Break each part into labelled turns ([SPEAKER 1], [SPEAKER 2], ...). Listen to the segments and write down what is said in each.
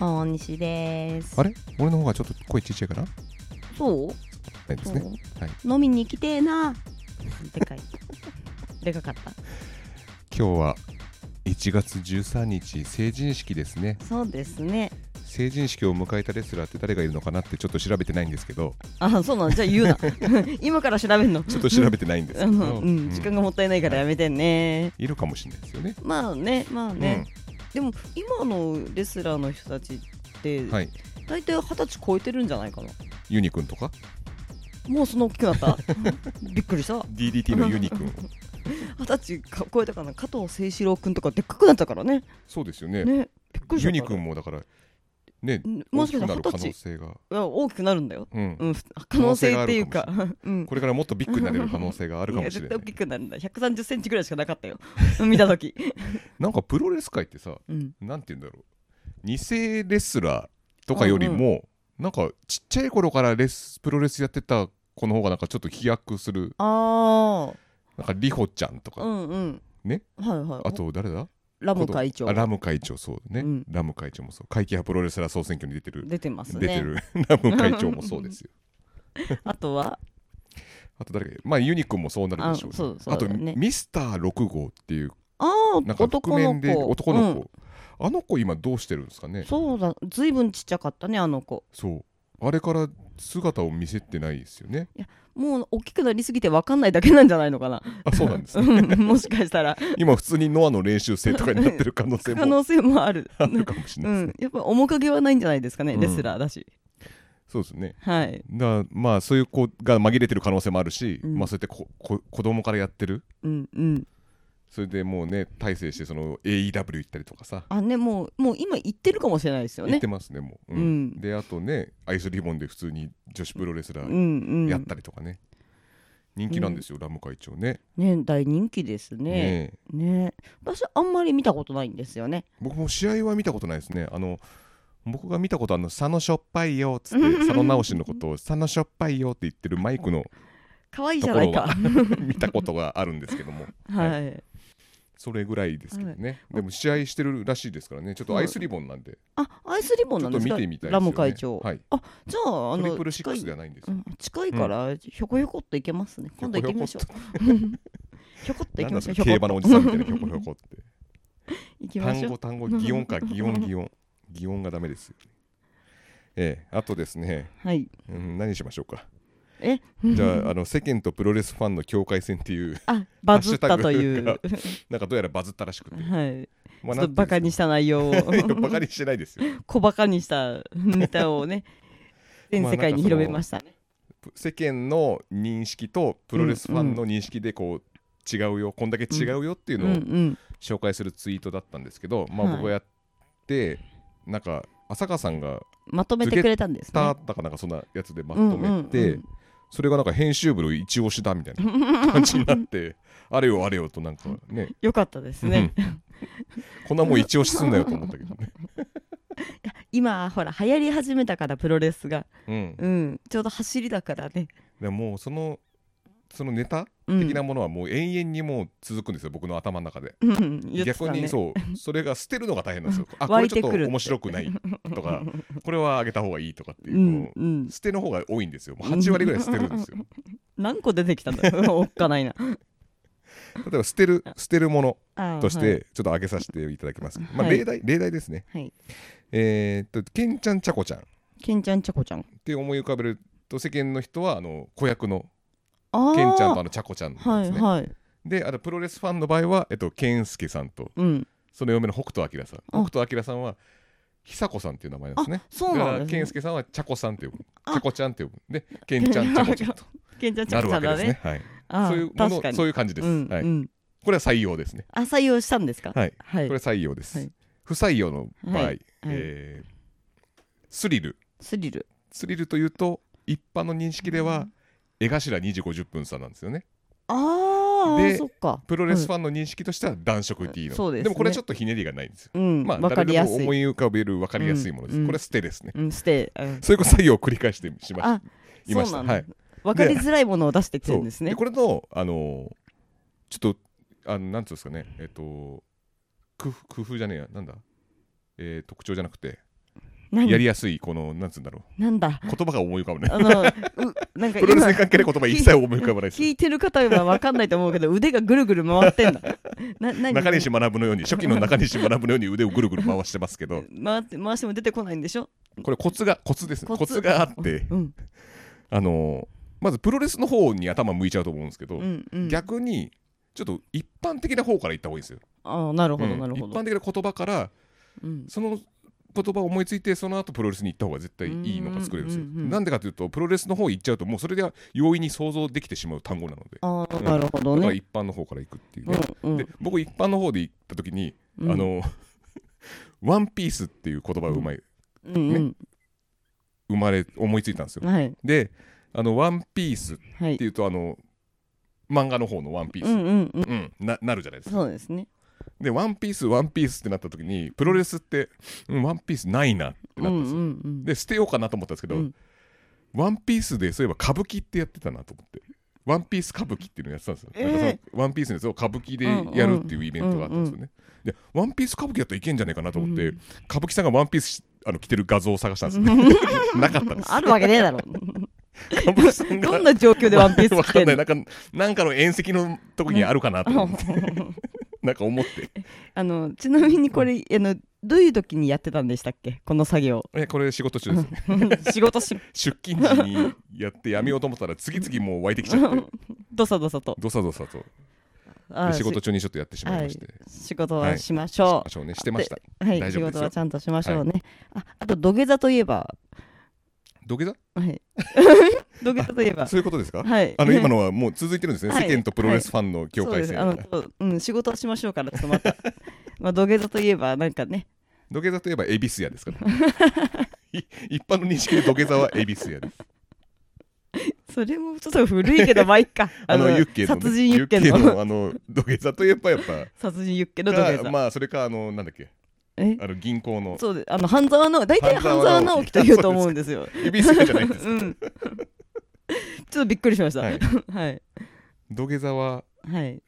[SPEAKER 1] 大西です
[SPEAKER 2] あれ俺の方がちょっと声ちっちゃいかな
[SPEAKER 1] そう
[SPEAKER 2] ないですね。はい、
[SPEAKER 1] 飲みに来てえなでかい でかかった
[SPEAKER 2] 今日は1月13日成人式ですね。
[SPEAKER 1] そうですね
[SPEAKER 2] 成人式を迎えたレスラーって誰がいるのかなってちょっと調べてないんですけど、
[SPEAKER 1] あそうなのじゃあ言 うな今から調べるの
[SPEAKER 2] ちょっと調べてないんです
[SPEAKER 1] あ
[SPEAKER 2] け
[SPEAKER 1] の
[SPEAKER 2] ど、
[SPEAKER 1] う
[SPEAKER 2] うん
[SPEAKER 1] ん時間がもったいないからやめてね、
[SPEAKER 2] いるかもしれないですよね。
[SPEAKER 1] まあねまあね、でも今のレスラーの人たちって、
[SPEAKER 2] うん、はい、
[SPEAKER 1] 大体二十歳超えてるんじゃないかな
[SPEAKER 2] ユニくんとか
[SPEAKER 1] もうそんな大きくなった びっくりした
[SPEAKER 2] DDT のユニくん。
[SPEAKER 1] 二十歳か超えたかな加藤清志郎くんとかでっかくなったからね
[SPEAKER 2] そうですよね。
[SPEAKER 1] ねびっくりした
[SPEAKER 2] ユニくんもだからね、
[SPEAKER 1] んも
[SPEAKER 2] 大
[SPEAKER 1] し
[SPEAKER 2] き
[SPEAKER 1] かした
[SPEAKER 2] くな
[SPEAKER 1] ら
[SPEAKER 2] る
[SPEAKER 1] 二
[SPEAKER 2] 可
[SPEAKER 1] 十
[SPEAKER 2] 能
[SPEAKER 1] 歳
[SPEAKER 2] 性が、
[SPEAKER 1] いや大きくなるんだよ、
[SPEAKER 2] うん、
[SPEAKER 1] うん、可能性っていうか
[SPEAKER 2] 可
[SPEAKER 1] うん
[SPEAKER 2] これからもっとビッグになれる可能性があるかもしれ
[SPEAKER 1] いや絶
[SPEAKER 2] な
[SPEAKER 1] 対
[SPEAKER 2] い
[SPEAKER 1] 大。きくなるんだ130センチぐらいしかなかったよ 見た時、
[SPEAKER 2] なんかプロレス界ってさ、
[SPEAKER 1] うん、
[SPEAKER 2] なんて言うんだろう偽レスラーとかよりも、なんかちっちゃい頃からレスプロレスやってた子の方がなんかちょっと飛躍する
[SPEAKER 1] あ
[SPEAKER 2] なんかリホちゃんと
[SPEAKER 1] あ
[SPEAKER 2] か、
[SPEAKER 1] うんうん
[SPEAKER 2] ね
[SPEAKER 1] はいはい
[SPEAKER 2] あと誰だ
[SPEAKER 1] ラム会長
[SPEAKER 2] あラム会長そうね、
[SPEAKER 1] うん
[SPEAKER 2] ラム会長もそう会期派プロレスラー総選挙に出てる、
[SPEAKER 1] 出てます
[SPEAKER 2] 出て
[SPEAKER 1] ね
[SPEAKER 2] る ラム会長もそうです よ
[SPEAKER 1] あとは
[SPEAKER 2] あと誰かまあユニくんもそうなるでしょう,、
[SPEAKER 1] あそうそう
[SPEAKER 2] あと
[SPEAKER 1] だね
[SPEAKER 2] ミスター6号っていう
[SPEAKER 1] ああ
[SPEAKER 2] なんか覆
[SPEAKER 1] 男の
[SPEAKER 2] 面で
[SPEAKER 1] 子
[SPEAKER 2] 男の子
[SPEAKER 1] うん
[SPEAKER 2] あの子今どうしてるんですかね
[SPEAKER 1] そうだずいぶんちっちゃかったねあの子
[SPEAKER 2] そうあれから姿を見せてないですよね
[SPEAKER 1] もう大きくなりすぎて分かんないだけなんじゃないのかな
[SPEAKER 2] あそうなんです
[SPEAKER 1] う
[SPEAKER 2] ね
[SPEAKER 1] んもしかしたら
[SPEAKER 2] 今普通にノアの練習生とかになってる可能性
[SPEAKER 1] 可
[SPEAKER 2] も
[SPEAKER 1] 能性もある
[SPEAKER 2] あるかもしれ
[SPEAKER 1] う
[SPEAKER 2] ないですね、
[SPEAKER 1] ん、やっぱ面影はないんじゃないですかね、
[SPEAKER 2] うん
[SPEAKER 1] レスラーだし
[SPEAKER 2] そうですね
[SPEAKER 1] はい
[SPEAKER 2] だまあそういう子が紛れてる可能性もあるし、
[SPEAKER 1] うん
[SPEAKER 2] まあそうやってここ子供からやってる
[SPEAKER 1] うんうん
[SPEAKER 2] それでもうね大成してその AEW 行ったりとかさ、
[SPEAKER 1] あねもうもう今言ってるかもしれないですよ
[SPEAKER 2] 行っ
[SPEAKER 1] ね
[SPEAKER 2] てますねもう、う
[SPEAKER 1] うん
[SPEAKER 2] であとねアイスリボンで普通に女子プロレスラ
[SPEAKER 1] うん
[SPEAKER 2] ー
[SPEAKER 1] うん
[SPEAKER 2] やったりとかね、人気なんですよ、ラム会長ね
[SPEAKER 1] ね大人気です
[SPEAKER 2] ね
[SPEAKER 1] ね
[SPEAKER 2] え
[SPEAKER 1] ね私あんまり見たことないんですよね
[SPEAKER 2] 僕も試合は見たことないですねあの僕が見たことあるの佐野しょっぱいよっつって佐野直しのことを佐野しょっぱいよって言ってるマイ クの
[SPEAKER 1] 可愛いじゃないか
[SPEAKER 2] 見たことがあるんですけども
[SPEAKER 1] は
[SPEAKER 2] はいそれぐらいですけどね、でも試合してるらしいですからねちょっとアイスリボンなんで、
[SPEAKER 1] あアイスリボン
[SPEAKER 2] ちょ
[SPEAKER 1] なん
[SPEAKER 2] っと
[SPEAKER 1] です
[SPEAKER 2] 見
[SPEAKER 1] か
[SPEAKER 2] てみたいですよね
[SPEAKER 1] ラム会長、
[SPEAKER 2] はい
[SPEAKER 1] じゃああ
[SPEAKER 2] ト
[SPEAKER 1] の
[SPEAKER 2] リプルシックスで
[SPEAKER 1] 近い
[SPEAKER 2] はないんです
[SPEAKER 1] う
[SPEAKER 2] よ、
[SPEAKER 1] ん近いからひょこひょこっと行けますね今度行ってみましょう ひょこっと行
[SPEAKER 2] な
[SPEAKER 1] き
[SPEAKER 2] んだ
[SPEAKER 1] まし
[SPEAKER 2] そ
[SPEAKER 1] ょうひょ
[SPEAKER 2] の競
[SPEAKER 1] こっ
[SPEAKER 2] 馬のお
[SPEAKER 1] と
[SPEAKER 2] じさんみたいなひょこひょこって
[SPEAKER 1] 行きま
[SPEAKER 2] 単
[SPEAKER 1] しょ
[SPEAKER 2] 語
[SPEAKER 1] う
[SPEAKER 2] 単語擬音か擬音擬音擬音がダメですよ、ええあとですね、
[SPEAKER 1] はい
[SPEAKER 2] うん、何しましょうか
[SPEAKER 1] え
[SPEAKER 2] じゃああの世間とプロレスファンの境界線っ ていう
[SPEAKER 1] あバズったという
[SPEAKER 2] ハッなんかどうやらバズったらしくて、
[SPEAKER 1] はい
[SPEAKER 2] まあ
[SPEAKER 1] ちょっとバカに
[SPEAKER 2] し
[SPEAKER 1] した内容を
[SPEAKER 2] バカにしてな いですよ
[SPEAKER 1] 小バカにしたネタを ね全世界に広めましたね。
[SPEAKER 2] 世間の認識とプロレスファンの認識でこう違うよこんだけ違うよっていう
[SPEAKER 1] うんう
[SPEAKER 2] のを
[SPEAKER 1] ん
[SPEAKER 2] 紹介するツイートだったんですけど、まあ
[SPEAKER 1] はい
[SPEAKER 2] 僕がやってなんか浅川さんが
[SPEAKER 1] まとめてくれたんです
[SPEAKER 2] ス
[SPEAKER 1] ね
[SPEAKER 2] タ。ーだかなんかそんなやつでまとめて、それがなんか編集部の一押しだみたい
[SPEAKER 1] うんうん うん
[SPEAKER 2] な感じになってあれよあれよとなんかね
[SPEAKER 1] よかったですね。
[SPEAKER 2] こんなもん一押しすんなよと思ったけどね、
[SPEAKER 1] 今ほら流行り始めたからプロレスが、
[SPEAKER 2] うん、
[SPEAKER 1] うん、ちょうど走りだからね。
[SPEAKER 2] でももうそのそのネタ
[SPEAKER 1] うん
[SPEAKER 2] 的なものはもう永遠にもう続くんですよ僕の頭の中で。
[SPEAKER 1] うん言ってた
[SPEAKER 2] 逆
[SPEAKER 1] ね
[SPEAKER 2] にそうそれが捨てるのが大変なんですよ。あこ
[SPEAKER 1] 湧
[SPEAKER 2] れ
[SPEAKER 1] い
[SPEAKER 2] ちょ
[SPEAKER 1] て
[SPEAKER 2] っと
[SPEAKER 1] くるって
[SPEAKER 2] 面白くない とかこれはあげた方がいいとかっていうう,、
[SPEAKER 1] んうん
[SPEAKER 2] う、捨ての方が多いんですよ。もう8割ぐらい捨てるんで すよ。
[SPEAKER 1] 何個出てきたんだよおっか ないな。
[SPEAKER 2] 例えば捨てる捨てるもの
[SPEAKER 1] あー
[SPEAKER 2] としてちょっと上げさせていただきます。まあ、
[SPEAKER 1] はい
[SPEAKER 2] 例題例題ですね。
[SPEAKER 1] はい、はい、
[SPEAKER 2] えーっとけんちゃんちゃこちゃんっ
[SPEAKER 1] ケンちゃんチャコちゃん。
[SPEAKER 2] て思い浮かべると世間の人はあの子役の
[SPEAKER 1] ああ
[SPEAKER 2] けんちゃんとあのちゃこちゃんなん
[SPEAKER 1] は
[SPEAKER 2] で
[SPEAKER 1] い
[SPEAKER 2] すね。
[SPEAKER 1] はい。
[SPEAKER 2] であとプロレスファンの場合はえっと健介さんと
[SPEAKER 1] うん。
[SPEAKER 2] その嫁の北斗晶さん
[SPEAKER 1] あ
[SPEAKER 2] 北斗晶さんは久子さんっていう名前なんで
[SPEAKER 1] あ
[SPEAKER 2] すね。
[SPEAKER 1] そう
[SPEAKER 2] だか
[SPEAKER 1] な
[SPEAKER 2] ら
[SPEAKER 1] んです
[SPEAKER 2] 健
[SPEAKER 1] ね。
[SPEAKER 2] 介さんはちゃこさんって呼ぶ。
[SPEAKER 1] あ
[SPEAKER 2] ちゃこちゃんって呼ぶ。でけんちゃんちゃこちゃんと
[SPEAKER 1] ケンちゃんチ
[SPEAKER 2] な
[SPEAKER 1] ャ
[SPEAKER 2] る
[SPEAKER 1] コちゃ
[SPEAKER 2] わ
[SPEAKER 1] ん だ
[SPEAKER 2] けですね
[SPEAKER 1] ね。。
[SPEAKER 2] はい。
[SPEAKER 1] あー
[SPEAKER 2] そういうも
[SPEAKER 1] 確か
[SPEAKER 2] の
[SPEAKER 1] に
[SPEAKER 2] そういう感じです。
[SPEAKER 1] うん。
[SPEAKER 2] はいう
[SPEAKER 1] ん。
[SPEAKER 2] これは採用ですね。
[SPEAKER 1] あ採用したんですか。
[SPEAKER 2] はい。
[SPEAKER 1] はい
[SPEAKER 2] これ。採用です。
[SPEAKER 1] はい
[SPEAKER 2] 不採用の場合、
[SPEAKER 1] はいはい
[SPEAKER 2] えースリル
[SPEAKER 1] スリル。
[SPEAKER 2] スリルというと一般の認識では江頭2時50分差なんですよね
[SPEAKER 1] あ
[SPEAKER 2] で
[SPEAKER 1] あ、そっか。
[SPEAKER 2] プロレスファンの認識としては男色 T の、
[SPEAKER 1] そうですね
[SPEAKER 2] でもこれちょっとひねりがないんですよ、
[SPEAKER 1] うん、
[SPEAKER 2] まあ
[SPEAKER 1] わか
[SPEAKER 2] 誰
[SPEAKER 1] り
[SPEAKER 2] で
[SPEAKER 1] や
[SPEAKER 2] も
[SPEAKER 1] すい。
[SPEAKER 2] 思い浮かべる分かりやすいものです、
[SPEAKER 1] うん
[SPEAKER 2] これは捨てですね、
[SPEAKER 1] うん、して、うん
[SPEAKER 2] そういう作業を繰り返してしまし
[SPEAKER 1] あ、
[SPEAKER 2] いまし
[SPEAKER 1] そ
[SPEAKER 2] た
[SPEAKER 1] うなんだ
[SPEAKER 2] はい
[SPEAKER 1] わかりづらいものを出してきて
[SPEAKER 2] そ
[SPEAKER 1] るん
[SPEAKER 2] う
[SPEAKER 1] ですね
[SPEAKER 2] で。これのあのーちょっとあのなんつうんですかねえっと工夫工夫じゃねえやなんだ、えー特徴じゃなくて
[SPEAKER 1] 何
[SPEAKER 2] やりやすいこのなんつうんだろ
[SPEAKER 1] なんだ
[SPEAKER 2] う言葉が思い浮か ばない
[SPEAKER 1] あのうなんか
[SPEAKER 2] プロレスに関係な
[SPEAKER 1] る
[SPEAKER 2] い言葉一切思い浮かばないです
[SPEAKER 1] 聞いてる方は分かんないと思うけど腕がぐるぐる回って んだな何
[SPEAKER 2] 中西学のように初期の中西学のように腕をぐるぐる回してますけ ど
[SPEAKER 1] 回って回しても出てこないんでしょ
[SPEAKER 2] これコツがコツですね
[SPEAKER 1] コ
[SPEAKER 2] コ
[SPEAKER 1] ツ
[SPEAKER 2] ツがあって
[SPEAKER 1] うん
[SPEAKER 2] あのまずプロレスの方に頭向いちゃうと思うんですけど、
[SPEAKER 1] うんうん
[SPEAKER 2] 逆にちょっと一般的な方から言った方がいいですよ、
[SPEAKER 1] ああなるほ
[SPEAKER 2] う
[SPEAKER 1] ど
[SPEAKER 2] ん
[SPEAKER 1] なるほ
[SPEAKER 2] 一
[SPEAKER 1] ど
[SPEAKER 2] 般的な言葉から
[SPEAKER 1] うん
[SPEAKER 2] その言葉を思いついてその後プロレスに行った方が絶対いいのが作れるんですよ、
[SPEAKER 1] うんうんうんうん
[SPEAKER 2] なんでかというとプロレスの方行っちゃうともうそれでは容易に想像できてしまう単語なので
[SPEAKER 1] ああなるほど
[SPEAKER 2] だから
[SPEAKER 1] ね
[SPEAKER 2] 一般の方から行くっていう
[SPEAKER 1] う
[SPEAKER 2] ね、
[SPEAKER 1] ん
[SPEAKER 2] で僕一般の方で行った時に、
[SPEAKER 1] うん
[SPEAKER 2] あの ワンピースっていう言葉がうまい
[SPEAKER 1] うん
[SPEAKER 2] 生まれ思いついたんですよ
[SPEAKER 1] うんはい
[SPEAKER 2] であのワンピースっ
[SPEAKER 1] は
[SPEAKER 2] て
[SPEAKER 1] い
[SPEAKER 2] いうとあの漫画の方のワンピース、
[SPEAKER 1] う
[SPEAKER 2] うん
[SPEAKER 1] んうんうん
[SPEAKER 2] ななるじゃないですか
[SPEAKER 1] そうですね
[SPEAKER 2] でワンピースワンピースってなった時にプロレスって、うん、ワンピースないなって
[SPEAKER 1] うん
[SPEAKER 2] な
[SPEAKER 1] う
[SPEAKER 2] ったん
[SPEAKER 1] ん
[SPEAKER 2] ですよ、
[SPEAKER 1] うん
[SPEAKER 2] で捨てようかなと思ったんですけど、
[SPEAKER 1] うん
[SPEAKER 2] ワンピースでそういえば歌舞伎ってやってたなと思って。ワンピース歌舞伎っていうのやってたんですよ。
[SPEAKER 1] えー
[SPEAKER 2] なんかそのワンピースのやつを歌舞伎でやるっていうイベントがあったんですよね。で、ワンピース歌舞伎やったらいけんじゃねえかなと思って、
[SPEAKER 1] うん
[SPEAKER 2] 歌舞伎さんがワンピースしあの着てる画像を探したんですよね。なかったんで す。
[SPEAKER 1] あるわけねえだろ
[SPEAKER 2] 歌舞伎さんが
[SPEAKER 1] どんな状況でワンピース
[SPEAKER 2] わ
[SPEAKER 1] 着
[SPEAKER 2] か
[SPEAKER 1] て
[SPEAKER 2] んない。
[SPEAKER 1] ん
[SPEAKER 2] な
[SPEAKER 1] の
[SPEAKER 2] んかなんかの宴席のとこにあるかなと思って、なんか思って。
[SPEAKER 1] あのちなみにこれあのどういう時にやってたんでしたっけこの作 業
[SPEAKER 2] えこれ仕事中です。
[SPEAKER 1] 仕事し
[SPEAKER 2] 出勤時にやってやめようと思ったら次々もう湧いてきちゃって、
[SPEAKER 1] どさどさと
[SPEAKER 2] どさどさと
[SPEAKER 1] あ
[SPEAKER 2] で仕事
[SPEAKER 1] し
[SPEAKER 2] 中にちょっとやってしまいまして。
[SPEAKER 1] 仕事はしましょう、
[SPEAKER 2] あそうねしてました。
[SPEAKER 1] はい、
[SPEAKER 2] 大
[SPEAKER 1] 仕
[SPEAKER 2] 丈夫ですよ
[SPEAKER 1] 事はちゃんとしましょうね。ああと、土下座といえば、
[SPEAKER 2] 土下座
[SPEAKER 1] はい、土下座といえば、
[SPEAKER 2] そういうことですか、
[SPEAKER 1] はい、
[SPEAKER 2] あの今のはもう続いてるんですね、
[SPEAKER 1] はい
[SPEAKER 2] 世間とプロレスファンの境界線、
[SPEAKER 1] そうですあのそううん、仕事はしましょうから、ちょっとま た、まあ、土下座といえば、なんかね、
[SPEAKER 2] 土下座といえば恵比寿屋ですから い一般の認識で土下座は恵比寿屋です
[SPEAKER 1] それもちょっと古いけ ど、まあいっか、
[SPEAKER 2] あのユッケの、ね、
[SPEAKER 1] 殺人ユッケ
[SPEAKER 2] ユ
[SPEAKER 1] の、
[SPEAKER 2] ッケのあの土下座といえばやっぱ
[SPEAKER 1] 殺人ユッケの土下
[SPEAKER 2] か
[SPEAKER 1] 座。
[SPEAKER 2] まあそれかあのなんだっけ
[SPEAKER 1] え
[SPEAKER 2] あの銀行の
[SPEAKER 1] そうですあの半沢直大体半沢直樹というと思うんですよ。
[SPEAKER 2] 恵比寿屋じゃないん です
[SPEAKER 1] うん、ちょっとびっくりしました。
[SPEAKER 2] は
[SPEAKER 1] はいい、はい、
[SPEAKER 2] 土下座は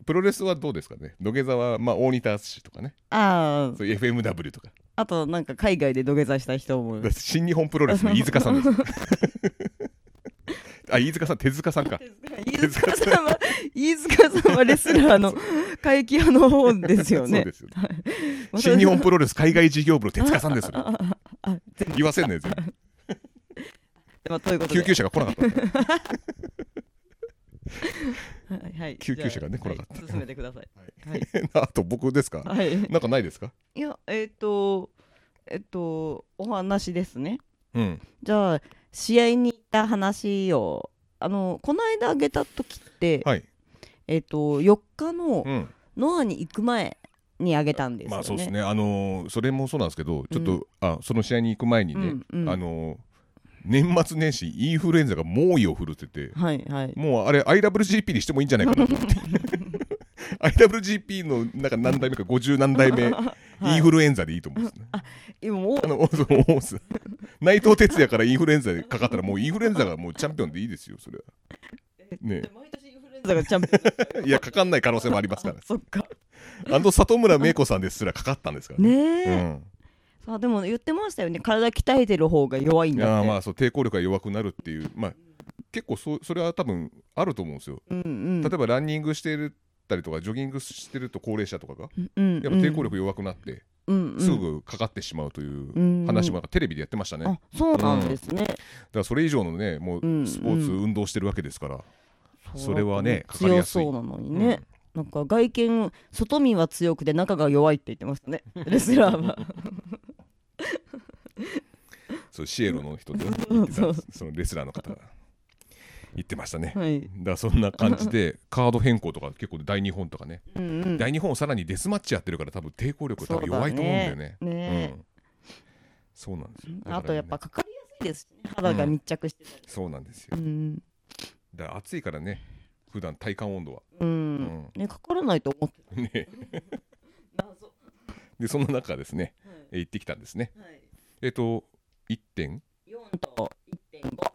[SPEAKER 2] プロレスはどうですかね土下座はまあ大仁田淳とかね
[SPEAKER 1] ああ、
[SPEAKER 2] そういう FMW とか
[SPEAKER 1] あとなんか海外で土下座した人も。
[SPEAKER 2] 新日本プロレスの飯塚さんですあ飯塚さん手塚さんか
[SPEAKER 1] 飯塚さんは飯塚さんはレスラーの会期派の方ですよ
[SPEAKER 2] そう
[SPEAKER 1] ね
[SPEAKER 2] で。すよ新日本プロレス海外事業部の手塚さんですよ。
[SPEAKER 1] あ全
[SPEAKER 2] 言わせんのよ、全 部
[SPEAKER 1] まあということで
[SPEAKER 2] 救急車が来なかった。
[SPEAKER 1] はいはい
[SPEAKER 2] 救急車がね来なかった
[SPEAKER 1] じゃあはい進めてください。はい
[SPEAKER 2] あと僕ですか
[SPEAKER 1] はい。
[SPEAKER 2] なんかないですか
[SPEAKER 1] いやえっとえっとお話ですね。
[SPEAKER 2] うん。
[SPEAKER 1] じゃあ試合に行った話をあのこの間あげた時って
[SPEAKER 2] はい。
[SPEAKER 1] えっと4日の
[SPEAKER 2] うん。
[SPEAKER 1] ノアに行く前にあげたんですよね。
[SPEAKER 2] まあそうですね。あのー、それもそうなんですけど、ちょっ
[SPEAKER 1] う
[SPEAKER 2] と、あ、その試合に行く前にね、
[SPEAKER 1] うんうん
[SPEAKER 2] あのー、年末年始インフルエンザが猛威を振るってて、
[SPEAKER 1] はいはい。
[SPEAKER 2] もうあれ IWGP にしてもいいんじゃないかなと思って。IWGP のなんか何代目か50何代目、インフルエンザでいいと思うんですね。
[SPEAKER 1] 今もう
[SPEAKER 2] あの、その、オース。内藤哲也からインフルエンザでかかったら、もうインフルエンザがもうチャンピオンでいいですよ、それは。ね
[SPEAKER 1] 毎年インフルエンザがチャンピオン
[SPEAKER 2] いや、かかんない可能性もありますか
[SPEAKER 1] そっか。
[SPEAKER 2] ら。あの里村芽衣子さんですらかかったんですから
[SPEAKER 1] ね
[SPEAKER 2] ね。う
[SPEAKER 1] え、
[SPEAKER 2] ん、
[SPEAKER 1] あでも言ってましたよね体鍛えてる方が弱いん
[SPEAKER 2] い
[SPEAKER 1] だ
[SPEAKER 2] や
[SPEAKER 1] っ
[SPEAKER 2] ー
[SPEAKER 1] て
[SPEAKER 2] まあそう抵抗力が弱くなるっていう、まあ、結構そそれは多分あると思うんですよ。
[SPEAKER 1] うんうん
[SPEAKER 2] 例えばランニングしてるたりとかジョギングしてると高齢者とかが
[SPEAKER 1] うんうん
[SPEAKER 2] やっぱ抵抗力弱くなって
[SPEAKER 1] うんうん
[SPEAKER 2] すぐかかってしまうという
[SPEAKER 1] ぐ
[SPEAKER 2] 話もなんかテレビでやってましたね。だ
[SPEAKER 1] あそうなんですね、
[SPEAKER 2] からそれ以上のねもう
[SPEAKER 1] うんうん
[SPEAKER 2] スポーツ運動してるわけですから。それはねかかり
[SPEAKER 1] 強
[SPEAKER 2] やすい
[SPEAKER 1] そうなのにね、なんか外見外見は強くて中が弱いって言ってま したねレスラーは
[SPEAKER 2] うんそうシエロの人で、ね、言ってた そのレスラーの方が言ってましたね。
[SPEAKER 1] はい
[SPEAKER 2] だからそんな感じでカード変更とか結構大日本とかね、
[SPEAKER 1] うんうん
[SPEAKER 2] 大日本をさらにデスマッチやってるから多分抵抗力が多分弱いと思うんだよね。
[SPEAKER 1] そうだねね
[SPEAKER 2] うん、そうなんですよ。
[SPEAKER 1] あとやっぱ
[SPEAKER 2] だか
[SPEAKER 1] かかりやすいですしね肌が密着してたり
[SPEAKER 2] らねそうなんですよ
[SPEAKER 1] う。ん
[SPEAKER 2] だから暑いからね普段体感温度は。
[SPEAKER 1] うん、
[SPEAKER 2] うん
[SPEAKER 1] ねかからないと思って
[SPEAKER 2] ね、
[SPEAKER 1] た謎
[SPEAKER 2] でそんな中ですね、え行ってきたんですね。
[SPEAKER 1] はい
[SPEAKER 2] えっ、と1点
[SPEAKER 1] 4と1.5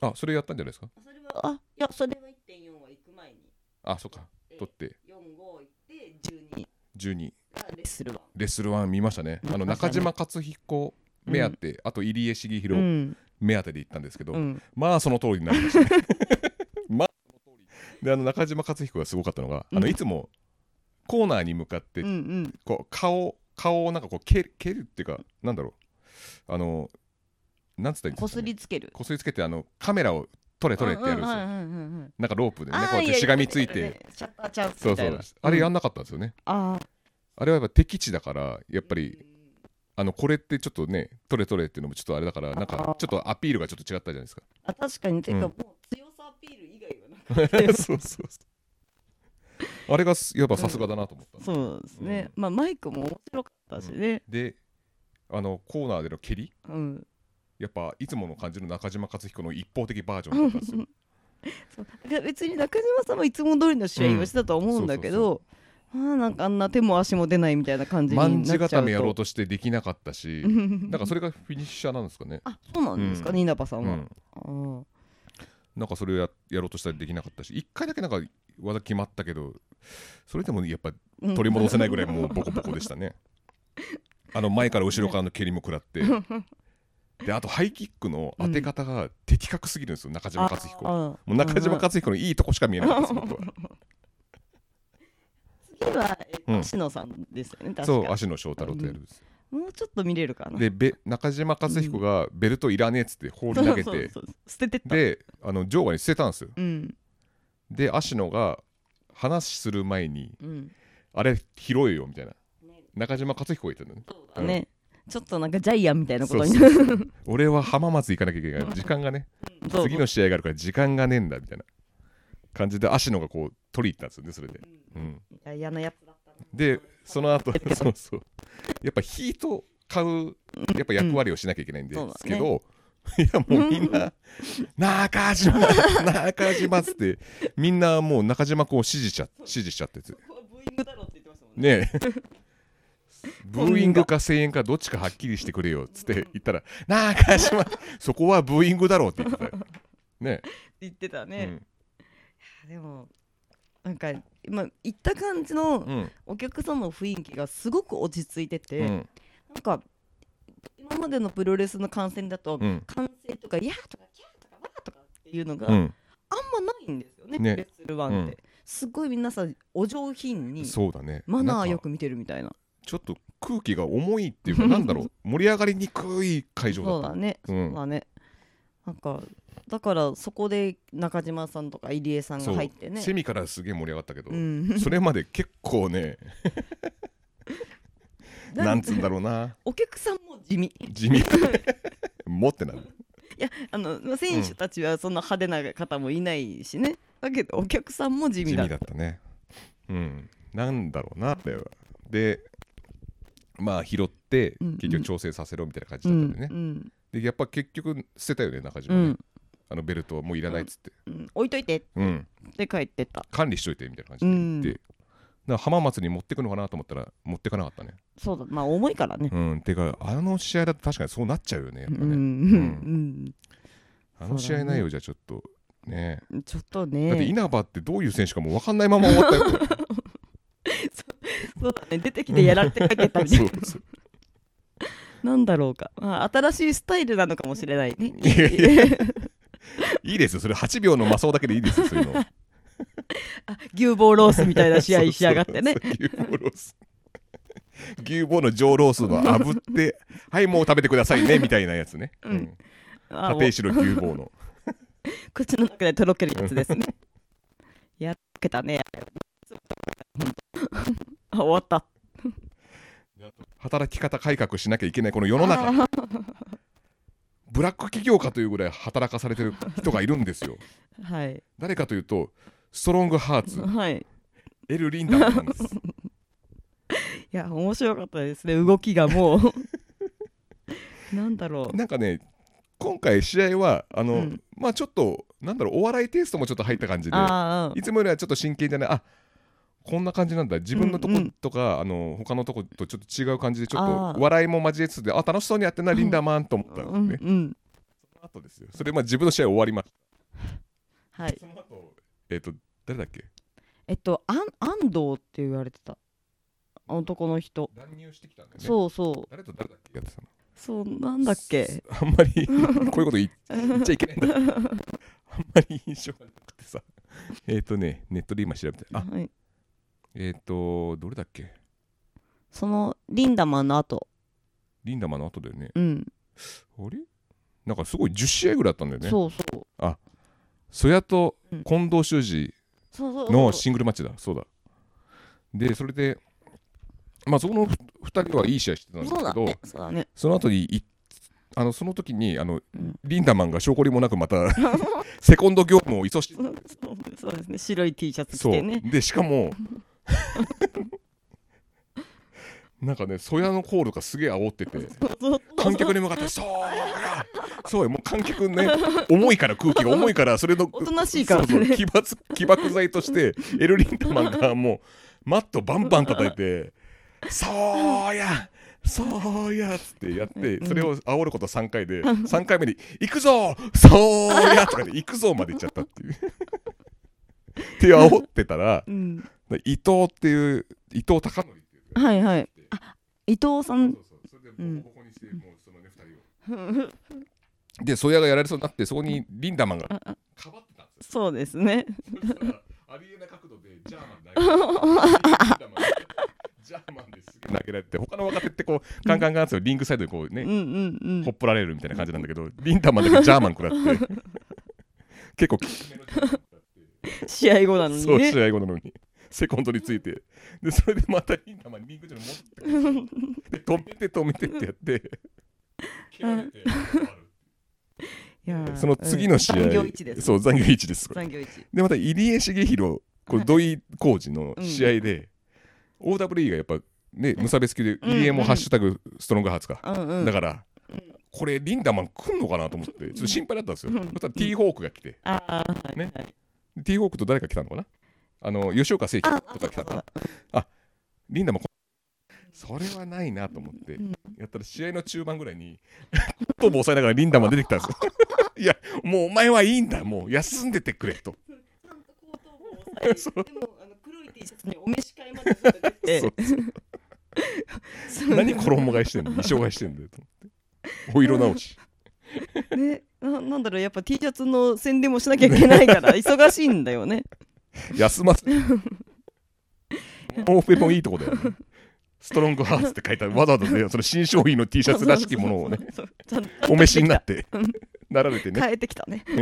[SPEAKER 2] あそれやったんじゃないですか
[SPEAKER 1] それはあいやそれは1.4は行く前に
[SPEAKER 2] あそっか取って
[SPEAKER 1] 4 5行って12
[SPEAKER 2] 12
[SPEAKER 1] がレッスルは
[SPEAKER 2] レッスルワン見ましたね。あの
[SPEAKER 1] 見ました
[SPEAKER 2] 中
[SPEAKER 1] ね
[SPEAKER 2] 島克彦目当て、あと入江重
[SPEAKER 1] う
[SPEAKER 2] 弘
[SPEAKER 1] ん
[SPEAKER 2] 目当てで行ったんですけど、
[SPEAKER 1] うん
[SPEAKER 2] まあその通りになりましたね。 まあであの中島克彦がすごかったのが、あ
[SPEAKER 1] う
[SPEAKER 2] の
[SPEAKER 1] ん
[SPEAKER 2] いつもコーナーに向かって
[SPEAKER 1] うんうん
[SPEAKER 2] こう顔顔をなんかこう蹴る蹴るっていうかなんだろうあのなんつったらいいんで
[SPEAKER 1] こ
[SPEAKER 2] すか
[SPEAKER 1] す
[SPEAKER 2] ね
[SPEAKER 1] りつける
[SPEAKER 2] こすりつけてあのカメラを取れ取れってやるんですよ、
[SPEAKER 1] ん
[SPEAKER 2] なんかロープでね
[SPEAKER 1] あ
[SPEAKER 2] こう
[SPEAKER 1] ー
[SPEAKER 2] やっ
[SPEAKER 1] い
[SPEAKER 2] て
[SPEAKER 1] や
[SPEAKER 2] しがみつい
[SPEAKER 1] や
[SPEAKER 2] て
[SPEAKER 1] るねシャッターチャンス
[SPEAKER 2] そう
[SPEAKER 1] みた
[SPEAKER 2] そ
[SPEAKER 1] いな
[SPEAKER 2] うあれや
[SPEAKER 1] ん
[SPEAKER 2] んなかったんですよね、
[SPEAKER 1] あー
[SPEAKER 2] あれはやっぱ敵地だからやっぱりあのこれってちょっとね取れ取れっていうのもちょっとあれだからなんかちょっとアピールがちょっと違ったじゃないですか
[SPEAKER 1] あ確かにてか
[SPEAKER 2] うん
[SPEAKER 1] もう強さアピール以外はなかったよ
[SPEAKER 2] そうそうそうあれがすやっぱさすがだなと思った、
[SPEAKER 1] そうですねまあマイクも面白かったしね
[SPEAKER 2] であのコーナーでの蹴り
[SPEAKER 1] うん
[SPEAKER 2] やっぱいつもの感じの中島克彦の一方的バージョンだったんですよ
[SPEAKER 1] そういや別に中島さんはいつも通りの試合をしてたとは思うんだけどまあなんかあんな手も足も出ないみたいな感じに
[SPEAKER 2] ま
[SPEAKER 1] なんっちゃ
[SPEAKER 2] じ
[SPEAKER 1] うと
[SPEAKER 2] 固めやろうとしてできなかったし
[SPEAKER 1] うん
[SPEAKER 2] だからそれがフィニッシャーなんですかね、
[SPEAKER 1] あそうなんですか
[SPEAKER 2] うん
[SPEAKER 1] ね稲葉さん
[SPEAKER 2] う
[SPEAKER 1] は
[SPEAKER 2] ん、
[SPEAKER 1] あー
[SPEAKER 2] なんかそれをややろうとしたらできなかったし一回だけなんか技決まったけどそれでもやっぱ
[SPEAKER 1] うん
[SPEAKER 2] 取り戻せないぐらいもうボコボコでし たねあの前から後ろからの蹴りも食らってであとハイキックの当て方が的確すぎるんですよ中島克彦も
[SPEAKER 1] あー
[SPEAKER 2] う中島克彦のいいとこしか見えなかったです僕は
[SPEAKER 1] 次は、えっと
[SPEAKER 2] うん
[SPEAKER 1] 芦野さんですよね、確か
[SPEAKER 2] そう足野翔太郎とやるんですよ
[SPEAKER 1] もうちょっと見れるか な。
[SPEAKER 2] でべ中島克彦がベルトいらねえっつって放り投げて、
[SPEAKER 1] そうそうそう捨ててった。
[SPEAKER 2] であの場外に捨てたんですよ
[SPEAKER 1] うん、
[SPEAKER 2] で芦野が話する前に
[SPEAKER 1] うん。
[SPEAKER 2] あれ拾えよみたいな中島克彦が言ってたのね
[SPEAKER 1] そうだね、ちょっとなんかジャイアンみたいなことに
[SPEAKER 2] そ
[SPEAKER 1] なる。
[SPEAKER 2] うそうそう俺は浜松行かなきゃいけない時間がね
[SPEAKER 1] そう
[SPEAKER 2] 次の試合があるから時間がねえんだみたいな感じで芦野がこう取り行ったんですよねそれで、うん、
[SPEAKER 1] いや嫌なやつだったな。
[SPEAKER 2] でその後 そうそうやっぱヒート買うやっぱ役割をしなきゃいけないんで
[SPEAKER 1] うん
[SPEAKER 2] すけど、いやもうみんな 「中島 中島」っつってみんなもう中島こう支持しちゃ支持しちゃってて
[SPEAKER 1] ここはブーイングだろって言ってましたもんね。
[SPEAKER 2] ねえブーイングか声援かどっちかはっきりしてくれよっつって言ったら「中島そこはブーイングだろ」って言ってたよ ね
[SPEAKER 1] 言ってた
[SPEAKER 2] え
[SPEAKER 1] ね。でもなんか今言った感じの
[SPEAKER 2] うんうん
[SPEAKER 1] お客さんの雰囲気がすごく落ち着いてて、
[SPEAKER 2] うん
[SPEAKER 1] なんか今までのプロレスの観戦だと、
[SPEAKER 2] うん
[SPEAKER 1] 歓声とか「いや」とか「キャー」とか「わー」とかっていうのが、
[SPEAKER 2] うん
[SPEAKER 1] あんまないんですよね
[SPEAKER 2] ね
[SPEAKER 1] レッスルワンって、
[SPEAKER 2] うん
[SPEAKER 1] すごい皆さんお上品に
[SPEAKER 2] そうだね
[SPEAKER 1] マナーよ
[SPEAKER 2] なんか
[SPEAKER 1] く見てるみたいな
[SPEAKER 2] ちょっと空気が重いってい うかなんだろう盛り上がりにくい会場だ
[SPEAKER 1] そう
[SPEAKER 2] った
[SPEAKER 1] だね、
[SPEAKER 2] うん
[SPEAKER 1] そうだねなんかだからそこで中島さんとか入江さんが入ってね
[SPEAKER 2] セミからすげえ盛り上がったけど、
[SPEAKER 1] うん、
[SPEAKER 2] それまで結構 ねなんつうんだろうな
[SPEAKER 1] お客さんも地味い
[SPEAKER 2] 地味 持ってなる
[SPEAKER 1] やあのまあ選手たちはそんな派手な方もいないしね、だけどお客さんも地
[SPEAKER 2] 地味
[SPEAKER 1] 味だ
[SPEAKER 2] だったねうんなんだろうなってでまあ拾って
[SPEAKER 1] うんうん
[SPEAKER 2] 結局調整させろみたいな感じ
[SPEAKER 1] う
[SPEAKER 2] だ
[SPEAKER 1] ん
[SPEAKER 2] ったんでね、
[SPEAKER 1] うん
[SPEAKER 2] でやっぱ結局捨てたよね中
[SPEAKER 1] う
[SPEAKER 2] 島ね、
[SPEAKER 1] ん
[SPEAKER 2] あのベルトもういらないっつって、
[SPEAKER 1] うん置いといてっ
[SPEAKER 2] うん、
[SPEAKER 1] て帰ってった
[SPEAKER 2] 管理しといてみたいな感じで言って、
[SPEAKER 1] うん
[SPEAKER 2] だから浜松に持ってくのかなと思ったら持ってかなかったね
[SPEAKER 1] そうだまあ重いからね
[SPEAKER 2] うん、てかあの試合だと確かにそうなっちゃうよねやっぱ
[SPEAKER 1] う
[SPEAKER 2] ね、
[SPEAKER 1] んうん
[SPEAKER 2] あの試合内容じゃちょっとね
[SPEAKER 1] うんちょっと
[SPEAKER 2] だって
[SPEAKER 1] ね
[SPEAKER 2] 稲葉ってどういう選手かもう分かんないまま終わっ たよ
[SPEAKER 1] そうだね出てきてやられて帰ってったみたいな
[SPEAKER 2] そうそう
[SPEAKER 1] なんだろうか、まあ、新しいスタイルなのかもしれないね。
[SPEAKER 2] いやいいいですよそれ8秒の魔装だけでいいですよそういうの
[SPEAKER 1] あ牛棒ロースみたいな試合しやがってね
[SPEAKER 2] そう。そうそう牛棒ロース牛棒の上ロースの炙って はいもう食べてくださいねみたいなやつね、
[SPEAKER 1] うんあも
[SPEAKER 2] 縦
[SPEAKER 1] う
[SPEAKER 2] 石の牛棒の
[SPEAKER 1] 口の中でとろけるやつです ね。やっつけたね。 あ終わった。
[SPEAKER 2] 働き方改革しなきゃいけないこの世の中ブラック企業家というぐらい働かされてる人がいる んですよ
[SPEAKER 1] はい。
[SPEAKER 2] 誰かというとストロングハーツ
[SPEAKER 1] はい。
[SPEAKER 2] エル・リンダーなんです
[SPEAKER 1] いや、面白かったですね。動きがもう。 なんだろ
[SPEAKER 2] なんかね今回試合はあの、
[SPEAKER 1] うん
[SPEAKER 2] まあちょっとなんだろうお笑いテイストもちょっと入った感じ
[SPEAKER 1] う。
[SPEAKER 2] で
[SPEAKER 1] ああ、
[SPEAKER 2] いつもよりはちょっと真剣じゃないあこんな感じなんだ自分のとこ
[SPEAKER 1] うんうん
[SPEAKER 2] とか、あの他のとことちょっと違う感じでちょ
[SPEAKER 1] あ
[SPEAKER 2] っ
[SPEAKER 1] ー
[SPEAKER 2] と笑いも交えつつであ楽しそうにやってんなリンダーマンと思ったんです
[SPEAKER 1] う
[SPEAKER 2] ね、
[SPEAKER 1] ん、うん。
[SPEAKER 2] その後ですよそれまあ自分の試合終わりました
[SPEAKER 1] はい。
[SPEAKER 2] その後えっ、と誰だっけ
[SPEAKER 1] えっと、あん安藤って言われてた。男の人。
[SPEAKER 2] 乱入してきたんだよね
[SPEAKER 1] そうそう。
[SPEAKER 2] 誰と誰だっけやってたの
[SPEAKER 1] そうなんだっけ
[SPEAKER 2] あんまりこういうこと言っ言っちゃいけないんだあんまり印象がなくてさえっとねネットで今調べてあ
[SPEAKER 1] はい、
[SPEAKER 2] えっ、とどれだっけ
[SPEAKER 1] そのリンダマンの後
[SPEAKER 2] リンダマンの後だよね
[SPEAKER 1] うん、
[SPEAKER 2] あれなんかすごい10試合ぐらいあったんだよね
[SPEAKER 1] そうそう
[SPEAKER 2] 曽谷と
[SPEAKER 1] うん
[SPEAKER 2] 近藤修二
[SPEAKER 1] そうそう
[SPEAKER 2] の
[SPEAKER 1] そう
[SPEAKER 2] シングルマッチだそうだでそれでまあそこの2人はいい試合してたんです
[SPEAKER 1] そうだ
[SPEAKER 2] けど
[SPEAKER 1] ねそうだね
[SPEAKER 2] その後にいあのその時にあの、
[SPEAKER 1] うん
[SPEAKER 2] リンダマンが証拠りもなくまた セコンド業務を勤 し
[SPEAKER 1] そうそうですね白い T シャツ着
[SPEAKER 2] そう
[SPEAKER 1] てね
[SPEAKER 2] でしかもなんかね曽谷のコールがすげえ煽ってて観客に向かってそうやそうやもう観客ね重いから空気が重いからそれの
[SPEAKER 1] おとなしいからね
[SPEAKER 2] そうそう起爆 起爆剤 としてエルリンダマンがもうマットバンバン叩い て「そうやそうや」っつってやって
[SPEAKER 1] うん
[SPEAKER 2] それを煽ること3回で3回目に「行くぞそうや」とかで「行くぞ」まで行っちゃったっ ていう。っていう煽ってたら
[SPEAKER 1] うん
[SPEAKER 2] 伊藤っていう伊藤孝則っていう
[SPEAKER 1] はいはいあ伊藤さん
[SPEAKER 2] そうそうそれでボコボコにしてもうそのね二人を。で、ソヤがやられそうになって、そこにリンダマンが
[SPEAKER 1] ああ
[SPEAKER 2] かばってたんです
[SPEAKER 1] そうですね
[SPEAKER 2] よ。そしたらありえない角度でジャーマン投げられて、ジャーマンですげえ投げられて、他の若手ってこう、カンカンカンってリングサイドでこう
[SPEAKER 1] う
[SPEAKER 2] ね
[SPEAKER 1] ん、うん
[SPEAKER 2] ほっぽられるみたいな感じなんだけど、リンダマンだけジャーマン食らって、結構きつめのジャーマン食
[SPEAKER 1] う
[SPEAKER 2] らって。
[SPEAKER 1] ん試合後なのに
[SPEAKER 2] そう
[SPEAKER 1] ね
[SPEAKER 2] 試合後なのにセコンドについてでそれでまたリンダマンリング上に戻ってくるで止めて止めてってやって蹴られて終わ
[SPEAKER 1] いやー
[SPEAKER 2] るその次の試合、
[SPEAKER 1] うん残業一です
[SPEAKER 2] そう残業1ですこれ
[SPEAKER 1] 残業一
[SPEAKER 2] でまた入江茂弘これ土井浩二の試合で、OWE がやっぱね無差別級で
[SPEAKER 1] うん
[SPEAKER 2] 入江も「ハッシュタグストロングハーツか」
[SPEAKER 1] うんうん
[SPEAKER 2] だから、これリンダマン来んのかなと思ってちょっと心配だったんですよ、
[SPEAKER 1] うん
[SPEAKER 2] そしたら T ホークが来て
[SPEAKER 1] ああ はい
[SPEAKER 2] ね T ホークと誰か来たのかなあの吉岡聖輝とか来たのかなリンダもこそれはないなと思って、
[SPEAKER 1] うん
[SPEAKER 2] やったら試合の中盤ぐらいに 頭部押さえながらリンダマン出てきたんです よいやもうお前はいいんだもう休んでてくれ と、
[SPEAKER 1] そうでもあの黒い T シャツにお召し替えまでされて
[SPEAKER 2] そう
[SPEAKER 1] て そう
[SPEAKER 2] 何衣替えしてんの衣装替えしてんだよと思ってお色直し
[SPEAKER 1] ねななんだろうやっぱ T シャツの宣伝もしなきゃいけないから忙しいんだよね
[SPEAKER 2] 休ませオーペもいいとこだよ、ね、ストロングハーツって書いてあるわざわざねその新商品の T シャツらしきものをね
[SPEAKER 1] そうそうそうちゃんと
[SPEAKER 2] お召しに なって
[SPEAKER 1] うん
[SPEAKER 2] なられてね
[SPEAKER 1] 変えてきたねい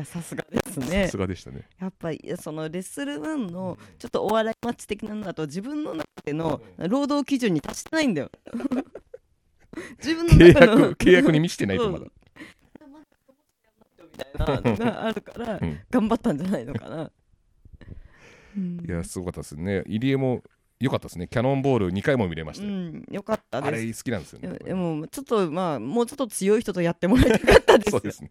[SPEAKER 1] やさすがです
[SPEAKER 2] さ
[SPEAKER 1] ね
[SPEAKER 2] すがでしたね
[SPEAKER 1] やっぱりそのレッスル1のちょっとお笑いマッチ的なのだと自分の中での労働基準に達してないんだよ 自分の
[SPEAKER 2] 契
[SPEAKER 1] 中の
[SPEAKER 2] 約契約に満ちてないとまだ
[SPEAKER 1] みたいなのがあるから
[SPEAKER 2] うん
[SPEAKER 1] 頑張ったんじゃないのかな。うん
[SPEAKER 2] いや、すごかったですね。入江も良かったですね。キャノンボール2回も見れまし
[SPEAKER 1] う
[SPEAKER 2] たよ。
[SPEAKER 1] ん、よかった
[SPEAKER 2] あ
[SPEAKER 1] で
[SPEAKER 2] れ
[SPEAKER 1] す。
[SPEAKER 2] 好きなんですよね。
[SPEAKER 1] でもちょっとまあもうちょっと強い人とやってもらいたかったです
[SPEAKER 2] そう
[SPEAKER 1] よ。
[SPEAKER 2] ですね。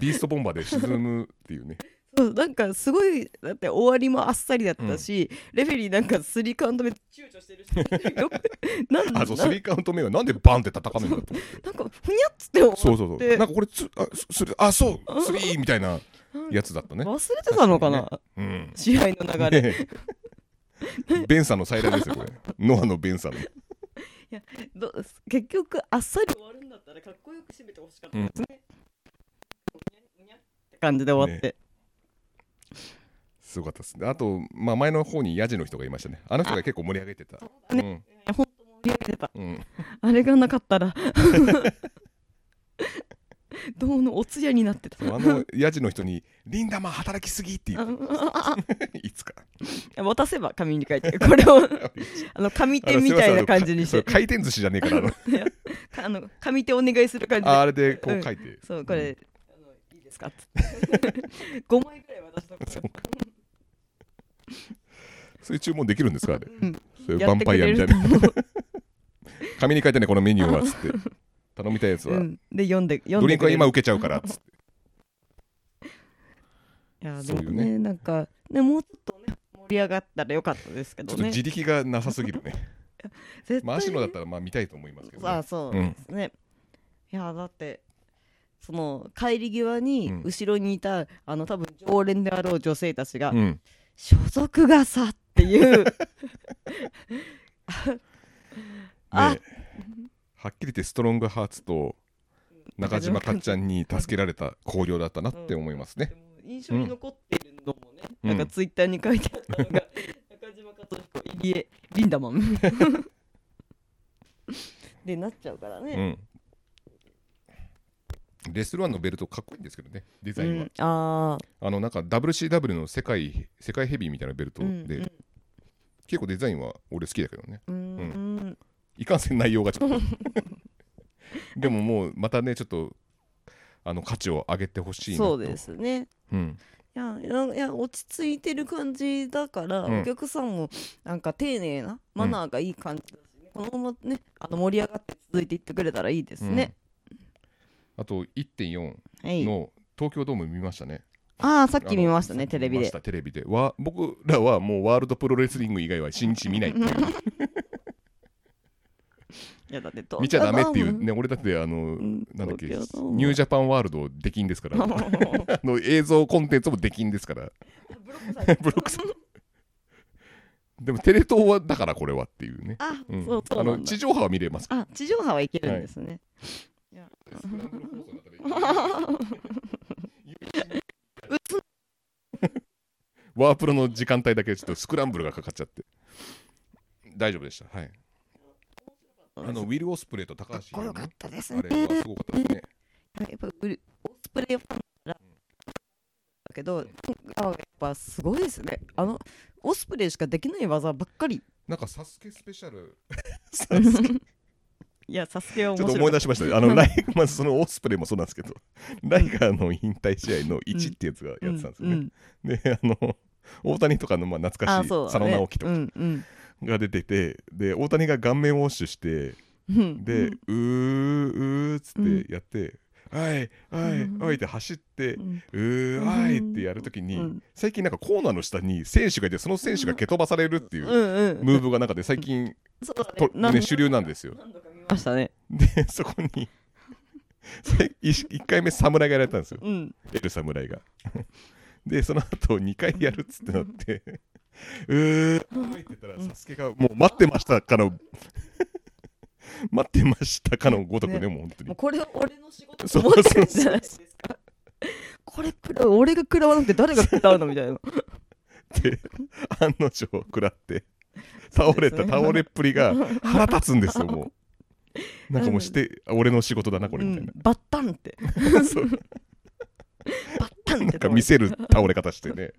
[SPEAKER 2] ビーストボンバーで沈むっていうね。
[SPEAKER 1] そうなんかすごいだって終わりもあっさりだったし、レフェリーなんかスリーカウント目躊躇してるし、 よく なん
[SPEAKER 2] あ、そう、
[SPEAKER 1] な
[SPEAKER 2] スリーカウント目はなんでバンって叩かめるんだと思って。
[SPEAKER 1] なんかふにゃっつって終わって
[SPEAKER 2] そうそうそう。なんかこれつ、あ、すする、あ、そう、スリーみたいなやつだったね。
[SPEAKER 1] 忘れてたのかな
[SPEAKER 2] 確うん。
[SPEAKER 1] 試合の流れ。
[SPEAKER 2] ねえベンさんの再来ですよ、これ。ノアのベンさんの。
[SPEAKER 1] ど結局あっさり終わるんだったらかっこよく締めてほしかったですね。うにゃうにゃって感じで終わって、
[SPEAKER 2] すごかったですね。あと、まあ、前の方にヤジの人がいましたね。あの人が結構盛り上げてた。うん。
[SPEAKER 1] 本当盛り上げてた
[SPEAKER 2] うん。
[SPEAKER 1] あれがなかった ら どうのお通夜になってた
[SPEAKER 2] そうあのヤジの人に、リンダマン働きすぎって言
[SPEAKER 1] あ
[SPEAKER 2] っ
[SPEAKER 1] あ
[SPEAKER 2] ていつか。
[SPEAKER 1] あ渡せば紙に書いてこれ をあの紙手みたいな感じにし
[SPEAKER 2] あの
[SPEAKER 1] て
[SPEAKER 2] すませんあのか回転寿司じゃねえからあの
[SPEAKER 1] あの紙手お願いする感じ
[SPEAKER 2] あ
[SPEAKER 1] で
[SPEAKER 2] あれでこう書いて、
[SPEAKER 1] そうこれ、あのいいですかっつって5枚ぐらい渡したから
[SPEAKER 2] そういう注文できるんですかあれ
[SPEAKER 1] うん
[SPEAKER 2] そういう
[SPEAKER 1] や
[SPEAKER 2] ヴァ
[SPEAKER 1] っ
[SPEAKER 2] ン
[SPEAKER 1] て
[SPEAKER 2] パ
[SPEAKER 1] く
[SPEAKER 2] イア
[SPEAKER 1] れ
[SPEAKER 2] みた
[SPEAKER 1] る
[SPEAKER 2] い
[SPEAKER 1] と
[SPEAKER 2] な
[SPEAKER 1] 思う
[SPEAKER 2] 紙に書いてねこのメニューはっつって頼みたいやつは、
[SPEAKER 1] うんで読んで読ん
[SPEAKER 2] ドリ
[SPEAKER 1] で
[SPEAKER 2] ンク
[SPEAKER 1] くれ
[SPEAKER 2] は
[SPEAKER 1] る
[SPEAKER 2] 今受けちゃうからっ つって
[SPEAKER 1] いやで
[SPEAKER 2] そう
[SPEAKER 1] も
[SPEAKER 2] いう
[SPEAKER 1] ね
[SPEAKER 2] ね
[SPEAKER 1] なんかねもうちょっとね盛り上がったらよかったですけ
[SPEAKER 2] ちょ
[SPEAKER 1] ど
[SPEAKER 2] っと
[SPEAKER 1] ね
[SPEAKER 2] 自力がなさすぎるね
[SPEAKER 1] 絶
[SPEAKER 2] まあ足野だ
[SPEAKER 1] ね
[SPEAKER 2] ったらまあ見たいと思いますけど、
[SPEAKER 1] あ
[SPEAKER 2] ね、
[SPEAKER 1] そうですね、いやだってその帰り際に
[SPEAKER 2] うん
[SPEAKER 1] 後ろにいた、あの多分常連であろう女性たちが、
[SPEAKER 2] うん
[SPEAKER 1] 所属がさっていうあ
[SPEAKER 2] ねはっきり言ってストロングハーツと中島かっちゃんに助けられた興行だったなって思いますね。
[SPEAKER 1] でも印象に残ってるのもね、
[SPEAKER 2] うん
[SPEAKER 1] なんかツイッターに書いてあったのが中島克彦入江リンダマン でなっちゃうから
[SPEAKER 2] う
[SPEAKER 1] ね、
[SPEAKER 2] ん、レスルワンのベルトかっこいいんですけどねデザインは、
[SPEAKER 1] うんあー
[SPEAKER 2] あのなんか WCW の世界世界ヘビーみたいなベルト
[SPEAKER 1] う
[SPEAKER 2] で、
[SPEAKER 1] んうん
[SPEAKER 2] 結構デザインは俺好きだけどね
[SPEAKER 1] うんうん
[SPEAKER 2] いかんせん内容がちょっとでももうまたねちょっとあの価値を上げてほしいなと
[SPEAKER 1] そうで、すね
[SPEAKER 2] うん、
[SPEAKER 1] いやいやいや落ち着いてる感じだから、
[SPEAKER 2] うん
[SPEAKER 1] お客さんもなんか丁寧なマナーがいい感じだしね、このままねあの盛り上がって続いていってくれたらいいですね、
[SPEAKER 2] うんあと1.4
[SPEAKER 1] はい
[SPEAKER 2] の東京ドーム見ましたね
[SPEAKER 1] ああさっき見ました
[SPEAKER 2] あ
[SPEAKER 1] ね
[SPEAKER 2] の
[SPEAKER 1] テレビ
[SPEAKER 2] 見ま
[SPEAKER 1] で
[SPEAKER 2] したテレビでわ僕らはもうワールドプロレスリング以外は新日見ないっていう
[SPEAKER 1] いやだってど
[SPEAKER 2] 見ちゃダメっていううんね俺だってあのなんだっけニ
[SPEAKER 1] 東京ドーム
[SPEAKER 2] ュージャパンワールドできんですからあの映像コンテンツもできんですからブロックさんでもテレ東はだからこれはっていうね、
[SPEAKER 1] あ、
[SPEAKER 2] うん
[SPEAKER 1] そうそ
[SPEAKER 2] あ
[SPEAKER 1] うな
[SPEAKER 2] の
[SPEAKER 1] んだ
[SPEAKER 2] 地上波は見れます
[SPEAKER 1] あ地上波はいけるんですね、
[SPEAKER 2] ワープロの時間帯だけちょっとスクランブルがかかっちゃって大丈夫でしたはいあのウィル・オスプレイと高
[SPEAKER 1] か
[SPEAKER 2] 橋
[SPEAKER 1] っこよ
[SPEAKER 2] の
[SPEAKER 1] かったですね
[SPEAKER 2] あれはすごかったですね
[SPEAKER 1] やっぱウルオスプレイファンならだけどあやっぱすごいですねあのオスプレイしかできない技ばっかり
[SPEAKER 2] なんかサスケスペシャル
[SPEAKER 1] いやサスケは面
[SPEAKER 2] ちょっ
[SPEAKER 1] 白
[SPEAKER 2] と
[SPEAKER 1] い
[SPEAKER 2] 思い出しましたねあのライまずそのオスプレイもそうなんですけどライガーの引退試合の1ってやつがやってたんですよね、
[SPEAKER 1] うん
[SPEAKER 2] であの大谷とかのまあ懐
[SPEAKER 1] あ
[SPEAKER 2] かしい
[SPEAKER 1] そう
[SPEAKER 2] 佐
[SPEAKER 1] だ
[SPEAKER 2] 野
[SPEAKER 1] ね
[SPEAKER 2] 直樹と
[SPEAKER 1] う
[SPEAKER 2] か
[SPEAKER 1] んうん
[SPEAKER 2] が出てて、で大谷が顔面ウォッシュして
[SPEAKER 1] うん
[SPEAKER 2] で、うーうーっつ
[SPEAKER 1] う
[SPEAKER 2] ってやって「はいはい
[SPEAKER 1] うん
[SPEAKER 2] はい」って走って
[SPEAKER 1] うん
[SPEAKER 2] 「うーはい」ってやるときに、
[SPEAKER 1] うん
[SPEAKER 2] 最近なんかコーナーの下に選手がいてその選手が蹴飛ばされるっていううん
[SPEAKER 1] うん
[SPEAKER 2] ムーブがなんかで最近
[SPEAKER 1] そうだ
[SPEAKER 2] と、
[SPEAKER 1] ね何
[SPEAKER 2] ね、主流なんですよ。
[SPEAKER 1] 何度か見ましたね
[SPEAKER 2] でそこに1回目侍がやられたんですよ。
[SPEAKER 1] うん
[SPEAKER 2] エル侍が。で、その後2回やるっつってなって、うーって言ったら、サスケがもう待ってましたかの、待ってましたかのごとくね、
[SPEAKER 1] ね
[SPEAKER 2] もう本当
[SPEAKER 1] もう
[SPEAKER 2] に。
[SPEAKER 1] これ俺の仕事と
[SPEAKER 2] そう
[SPEAKER 1] 思ってるんじゃないですか これ食らう俺が食らわなくて誰が食らうのみ たいな
[SPEAKER 2] で、 案の定食らって、倒れた、
[SPEAKER 1] そうですね
[SPEAKER 2] 倒れっぷりが腹立つんですよ、も う。なんかもうして、俺の仕事だな、これみたいな
[SPEAKER 1] うん、バッタンって。
[SPEAKER 2] そう
[SPEAKER 1] バッタンって
[SPEAKER 2] なんか見せる倒れ方してね。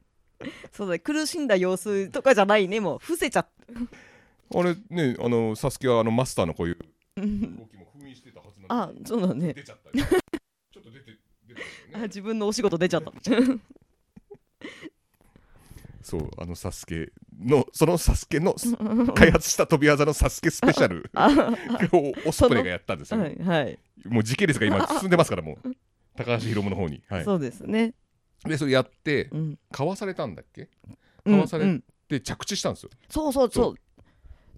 [SPEAKER 1] そうだね苦しんだ様子とかじゃないねもう伏せちゃっ
[SPEAKER 2] あれね、あの、サスケはあのマスターのこういう
[SPEAKER 1] たうん
[SPEAKER 2] 動きも封印してたはずな
[SPEAKER 1] あ
[SPEAKER 2] のに
[SPEAKER 1] そうだね
[SPEAKER 2] 出ちゃった よ。ちょっと出て、出てた
[SPEAKER 1] あ
[SPEAKER 2] よね。
[SPEAKER 1] 自分のお仕事出ちゃった
[SPEAKER 2] そう、あのサスケの、そのサスケの開発した飛び技のサスケスペシャル
[SPEAKER 1] あ
[SPEAKER 2] をオスプレイがやったんですよ
[SPEAKER 1] は
[SPEAKER 2] ね。
[SPEAKER 1] いはい、
[SPEAKER 2] もう時系列が今進んでますから、もう。高橋宏夢の方に、はい
[SPEAKER 1] そうですね
[SPEAKER 2] で、それやって、
[SPEAKER 1] うん
[SPEAKER 2] かわされたんだっけ
[SPEAKER 1] うん
[SPEAKER 2] かわされ
[SPEAKER 1] うん
[SPEAKER 2] で、着地したんですよ。
[SPEAKER 1] そうそう
[SPEAKER 2] そ
[SPEAKER 1] そう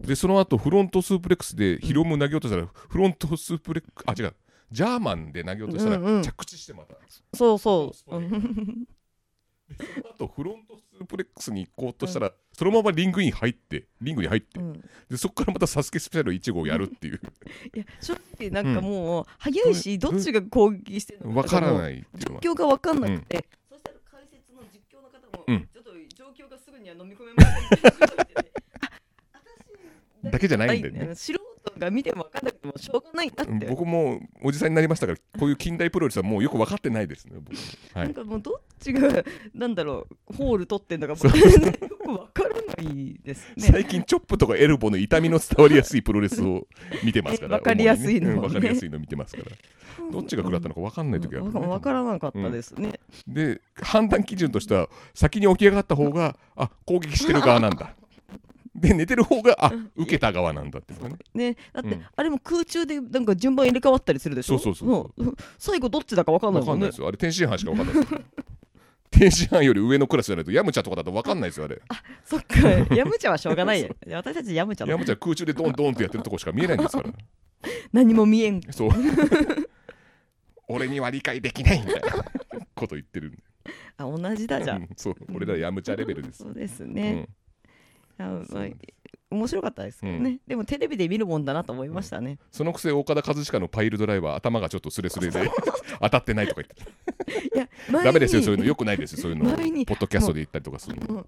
[SPEAKER 1] う
[SPEAKER 2] で、その後フロントスープレックスでヒロム投げようとしたら、フロントスープレックあ、違う。ジャーマンで投げようとした
[SPEAKER 1] うんう
[SPEAKER 2] ら、
[SPEAKER 1] ん
[SPEAKER 2] 着地してまた。
[SPEAKER 1] そうそう
[SPEAKER 2] そう
[SPEAKER 1] う
[SPEAKER 2] で
[SPEAKER 1] ん
[SPEAKER 2] でその後フロントスープレックスに行こうとしたら、そのままリングイン入って、リングに入って
[SPEAKER 1] う、ん
[SPEAKER 2] でそこからまたサスケスペシャル1号をやるっていう。
[SPEAKER 1] いや正直なんかもう、早いしどっちが攻撃してるの
[SPEAKER 2] わから
[SPEAKER 1] い
[SPEAKER 2] ないっていうのは
[SPEAKER 1] 状況が分かんなくて、そしたら解説の実況の方も、
[SPEAKER 2] うん
[SPEAKER 1] ちょっと状況がすぐには飲み込めませんでしたって言っててあ私
[SPEAKER 2] だけじゃないんだよね
[SPEAKER 1] だ素人が見ても分かんなくてもしょうがないなって、
[SPEAKER 2] 僕もおじさんになりましたからこういう近代プロレスはもうよく分かってないですね僕は
[SPEAKER 1] なん
[SPEAKER 2] い
[SPEAKER 1] かもうどっちがなんだろうホール取ってんのかもう全然 よく分からないですね。
[SPEAKER 2] 最近チョップとかエルボの痛みの伝わりやすいプロレスを見てます から
[SPEAKER 1] わかりやすいのをね
[SPEAKER 2] 主にうんわかりやすいの見てますからどっちが食らったのか分かんない時はあるね
[SPEAKER 1] 分からなかったですね。
[SPEAKER 2] で判断基準としては先に起き上がった方があ攻撃してる側なんだで寝てる方があ受けた側なんだっていうのがね
[SPEAKER 1] ね、だって、
[SPEAKER 2] うん
[SPEAKER 1] あれも空中でなんか順番入れ替わったりするでしょ
[SPEAKER 2] そうそうそう
[SPEAKER 1] も最後どっちだか分かんない
[SPEAKER 2] 分
[SPEAKER 1] も
[SPEAKER 2] かん
[SPEAKER 1] ん
[SPEAKER 2] ない
[SPEAKER 1] ね
[SPEAKER 2] ですよあれ天津飯しか分かんないですよ天津飯より上のクラスじゃないとヤムチャとかだと分かんないですよあれ
[SPEAKER 1] そっか ヤムチャはしょうがないよ私たちヤムチャ
[SPEAKER 2] ヤ
[SPEAKER 1] の
[SPEAKER 2] ムチャ空中でドンドンってやってるとこしか見えないん ですから
[SPEAKER 1] 何も見えん
[SPEAKER 2] そう 俺には理解できないみたいなこと言ってるんで
[SPEAKER 1] あ同じだじゃ
[SPEAKER 2] うんんそう俺らヤムチャレベルです、
[SPEAKER 1] そうです
[SPEAKER 2] う
[SPEAKER 1] ね、
[SPEAKER 2] ん
[SPEAKER 1] あの
[SPEAKER 2] そうなんです
[SPEAKER 1] 面白かったですけどね、でもテレビで見るもんだなと思いましたね、
[SPEAKER 2] そのくせ岡田和親のパイルドライバー頭がちょっとスレスレ で当たってないとか言って
[SPEAKER 1] いや前に
[SPEAKER 2] ダメですよそういうのよくないですよそういうの
[SPEAKER 1] 前に
[SPEAKER 2] ポッドキャストで言ったりとかするの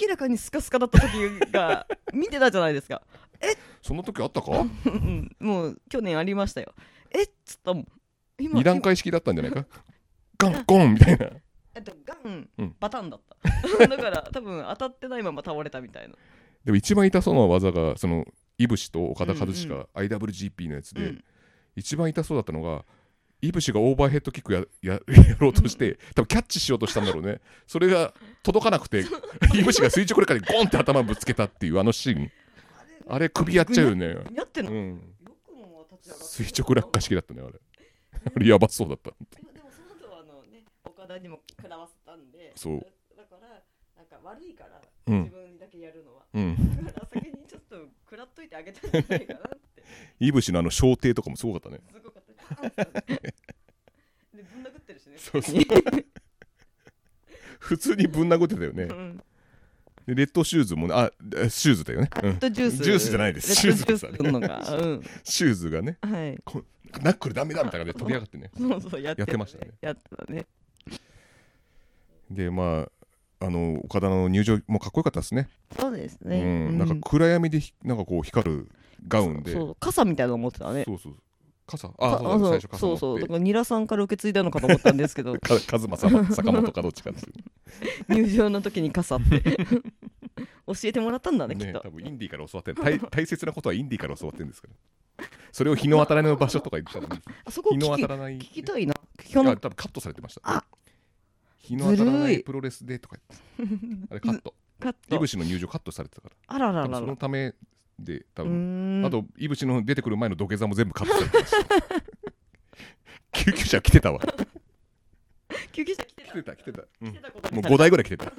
[SPEAKER 1] 明らかにスカスカだった時が見てたじゃないですか
[SPEAKER 2] その時あったか
[SPEAKER 1] うんもう去年ありましたよえっつったもん今
[SPEAKER 2] 二段階式だったんじゃないかガンゴンみたいな
[SPEAKER 1] えっとガン、
[SPEAKER 2] うん
[SPEAKER 1] バタンだった だから多分当たってないまま倒れたみたいな、
[SPEAKER 2] でも一番痛そうな技がそのイブシと岡田和親
[SPEAKER 1] うん
[SPEAKER 2] IWGP のやつ
[SPEAKER 1] う
[SPEAKER 2] で、
[SPEAKER 1] ん、
[SPEAKER 2] 一番痛そうだったのがイブシがオーバーヘッドキックやや やろうとして多分キャッチしようとしたんだろうねそれが届かなくてイブシが垂直落下でゴンって頭ぶつけたっていうあのシーンあれ首やっちゃうよね、
[SPEAKER 1] やってん
[SPEAKER 2] う
[SPEAKER 1] の、
[SPEAKER 2] ん、
[SPEAKER 1] よくも立ち上がって
[SPEAKER 2] 垂直落下式だったねあれあれやばそうだった
[SPEAKER 1] でもでもその後はあのね岡田にも食らわせたんで
[SPEAKER 2] そう
[SPEAKER 1] だからなんか悪いから、
[SPEAKER 2] うん
[SPEAKER 1] 自分だけやるのは
[SPEAKER 2] うん
[SPEAKER 1] だから先にちょっと食らっといてあげたんじゃないかなって
[SPEAKER 2] イブシのあの小艇とかもすごかったね
[SPEAKER 1] すごかったです でぶん殴ってるしね
[SPEAKER 2] そ うそう普通にぶん殴ってたよね
[SPEAKER 1] うん
[SPEAKER 2] でレッドシューズもねあえシューズだよね、う
[SPEAKER 1] レ
[SPEAKER 2] ん
[SPEAKER 1] ッドジュース
[SPEAKER 2] ジュースじゃないです
[SPEAKER 1] レッドジ
[SPEAKER 2] シ
[SPEAKER 1] ュ
[SPEAKER 2] ュ
[SPEAKER 1] ー
[SPEAKER 2] ー
[SPEAKER 1] ス
[SPEAKER 2] ズ
[SPEAKER 1] 飲むのがうん
[SPEAKER 2] シューズがね
[SPEAKER 1] はい
[SPEAKER 2] ナックルダメだみたいな感じで飛び上がってね
[SPEAKER 1] そうそうやって
[SPEAKER 2] やってましたね
[SPEAKER 1] やってたね
[SPEAKER 2] でまああの岡田の入場もかっこよかったですね、
[SPEAKER 1] そうです
[SPEAKER 2] う
[SPEAKER 1] ね
[SPEAKER 2] ん、なんか暗闇でひなんかこう光るガウンで
[SPEAKER 1] そう傘みたいなの持ってたね
[SPEAKER 2] そうそう傘
[SPEAKER 1] か
[SPEAKER 2] あそうだね最初傘
[SPEAKER 1] そ
[SPEAKER 2] 持
[SPEAKER 1] うそう
[SPEAKER 2] っ
[SPEAKER 1] だ
[SPEAKER 2] て
[SPEAKER 1] からニラさんから受け継いだのかと思ったんです けど
[SPEAKER 2] かカズマ 様坂本かどっちかですよ
[SPEAKER 1] 入場の時に傘って 教えてもらったんだねきっ
[SPEAKER 2] ね
[SPEAKER 1] と
[SPEAKER 2] 多分インディーから教わってる大大切なことはインディーから教わってるんですからそれを日の当たらない場所とか言ってたのに
[SPEAKER 1] あ そこを
[SPEAKER 2] 日の
[SPEAKER 1] 聞
[SPEAKER 2] 当
[SPEAKER 1] き
[SPEAKER 2] たらない
[SPEAKER 1] 聞きたいな聞か
[SPEAKER 2] い
[SPEAKER 1] な
[SPEAKER 2] や多分カットされてまし
[SPEAKER 1] あ
[SPEAKER 2] た日の当たらな
[SPEAKER 1] ずるい
[SPEAKER 2] いプロレスでとか言ってあれカッ ト
[SPEAKER 1] かっ
[SPEAKER 2] イ
[SPEAKER 1] た
[SPEAKER 2] ブシの入場カットされてたから
[SPEAKER 1] あらら
[SPEAKER 2] 多
[SPEAKER 1] ら
[SPEAKER 2] 分
[SPEAKER 1] ら
[SPEAKER 2] そのためで多
[SPEAKER 1] うー
[SPEAKER 2] 分
[SPEAKER 1] ん
[SPEAKER 2] あと、いぶしの出てくる前の土下座も全部カットされて ました。救急車来てたわ。
[SPEAKER 1] 救急車来て
[SPEAKER 2] 来
[SPEAKER 1] た
[SPEAKER 2] てた、来てた。うん
[SPEAKER 1] 来てたことに
[SPEAKER 2] もう5台ぐらい来てた。だ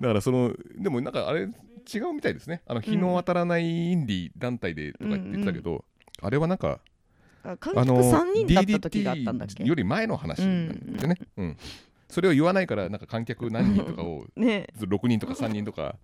[SPEAKER 2] からその、でもなんかあれ違うみたいですね。あの日の当たらないインディ団体でとか言ってたけど、あれはなんか、
[SPEAKER 1] あ観
[SPEAKER 2] あ
[SPEAKER 1] 客
[SPEAKER 2] の、
[SPEAKER 1] 3人だった時があったんだっけ
[SPEAKER 2] DDT より前の話なんでね。うん。それを言わないから、なんか観客何人とかを
[SPEAKER 1] ね
[SPEAKER 2] 6人とか3人とか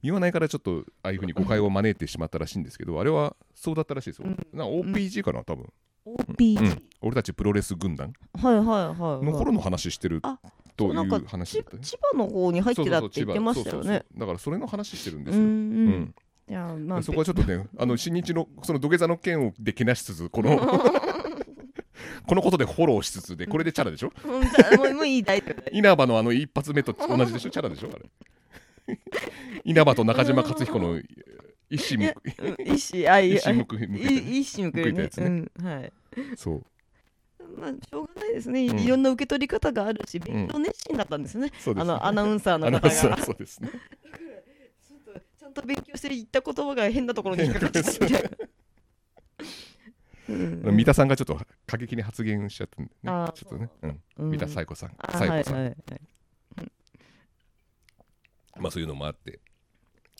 [SPEAKER 2] 言わないからちょっとああいうふうに誤解を招いてしまったらしいんですけどあれはそうだったらしいですよ、
[SPEAKER 1] うん
[SPEAKER 2] なんか OPG かな多分、
[SPEAKER 1] OP
[SPEAKER 2] うん俺たちプロレス軍団
[SPEAKER 1] はいはいはい
[SPEAKER 2] の
[SPEAKER 1] はい
[SPEAKER 2] 頃の話してる
[SPEAKER 1] あ
[SPEAKER 2] とい
[SPEAKER 1] なんか
[SPEAKER 2] う話だ
[SPEAKER 1] ち
[SPEAKER 2] ったね
[SPEAKER 1] 千葉の方に入っ
[SPEAKER 2] そ
[SPEAKER 1] て
[SPEAKER 2] う
[SPEAKER 1] た
[SPEAKER 2] そ
[SPEAKER 1] っ
[SPEAKER 2] うそう
[SPEAKER 1] て言っ
[SPEAKER 2] 千葉
[SPEAKER 1] てましたよ
[SPEAKER 2] そうそう
[SPEAKER 1] ね
[SPEAKER 2] そうだからそれの話してるんで
[SPEAKER 1] う
[SPEAKER 2] すよ、うん
[SPEAKER 1] んうんいやまあ
[SPEAKER 2] そこはちょっとねあの新日のその土下座の件をでけなしつつこ のこのことでフォローしつつでこれでチャラでしょ
[SPEAKER 1] うんじゃあもうもういい大丈夫だよ
[SPEAKER 2] 稲葉のあの一発目と同じでしょチャラでしょあれ稲葉と中島克彦の一心報い
[SPEAKER 1] うん一心あい
[SPEAKER 2] 一心
[SPEAKER 1] い
[SPEAKER 2] 報い向けてね
[SPEAKER 1] い一心報い
[SPEAKER 2] 報いた
[SPEAKER 1] ね
[SPEAKER 2] やつね
[SPEAKER 1] うんはい
[SPEAKER 2] そう
[SPEAKER 1] まあしょうがないですね
[SPEAKER 2] うん
[SPEAKER 1] いろんな受け取り方があるし勉強熱心だったんですね
[SPEAKER 2] そうです
[SPEAKER 1] あ
[SPEAKER 2] ね
[SPEAKER 1] のアナウンサーの
[SPEAKER 2] アナ
[SPEAKER 1] 方
[SPEAKER 2] ウンサ
[SPEAKER 1] が
[SPEAKER 2] ーそうですね
[SPEAKER 1] ちょっとちゃんと勉強して言った言葉が変なところに引っかかっちゃってみたいな。 うん
[SPEAKER 2] 三田さんがちょっと過激に発言しちゃったんで
[SPEAKER 1] あー
[SPEAKER 2] ねちょっとね、うん
[SPEAKER 1] うん
[SPEAKER 2] 三田彩子さん
[SPEAKER 1] あ
[SPEAKER 2] 彩
[SPEAKER 1] はい
[SPEAKER 2] 子さん、
[SPEAKER 1] はいはい
[SPEAKER 2] まあそういうのもあって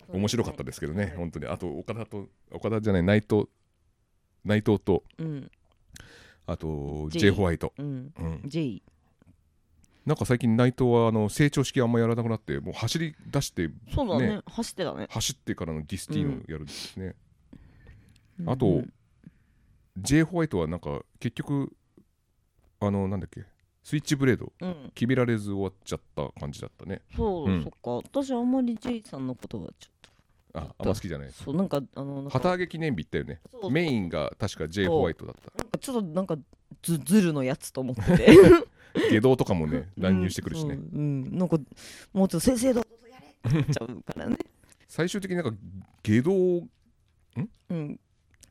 [SPEAKER 2] 面白かったですけどね、本当にあと岡田と岡田じゃない内藤内藤と
[SPEAKER 1] うん
[SPEAKER 2] あと
[SPEAKER 1] J
[SPEAKER 2] J ホワイト、
[SPEAKER 1] うん
[SPEAKER 2] うん、
[SPEAKER 1] J
[SPEAKER 2] なんか最近内藤はあの成長式あんまやらなくなってもう走り出して
[SPEAKER 1] そうだね
[SPEAKER 2] ね
[SPEAKER 1] 走ってたね
[SPEAKER 2] 走ってからのディスティーノをやるんですね、あと、
[SPEAKER 1] うん
[SPEAKER 2] J ホワイトはなんか結局あのなんだっけスイッチブレード
[SPEAKER 1] うん
[SPEAKER 2] 決められず終わっちゃった感じだったね
[SPEAKER 1] そう、
[SPEAKER 2] うん
[SPEAKER 1] そっか私あんまり J さんのことはち
[SPEAKER 2] ああんま好きじゃな
[SPEAKER 1] ょ
[SPEAKER 2] い
[SPEAKER 1] っとそうなんかあのなんか
[SPEAKER 2] 旗揚げ記念日行ったよね
[SPEAKER 1] そう
[SPEAKER 2] メインが確か J
[SPEAKER 1] そう
[SPEAKER 2] ホワイトだっ
[SPEAKER 1] なんかちょっとなんかずずるのやつと思ってて
[SPEAKER 2] た下道とか もね 乱入してくるし
[SPEAKER 1] う
[SPEAKER 2] ね、
[SPEAKER 1] んそううんなんかもうちょっと正々堂々とやれってなっちゃうからね
[SPEAKER 2] 最終的になんか下道
[SPEAKER 1] うん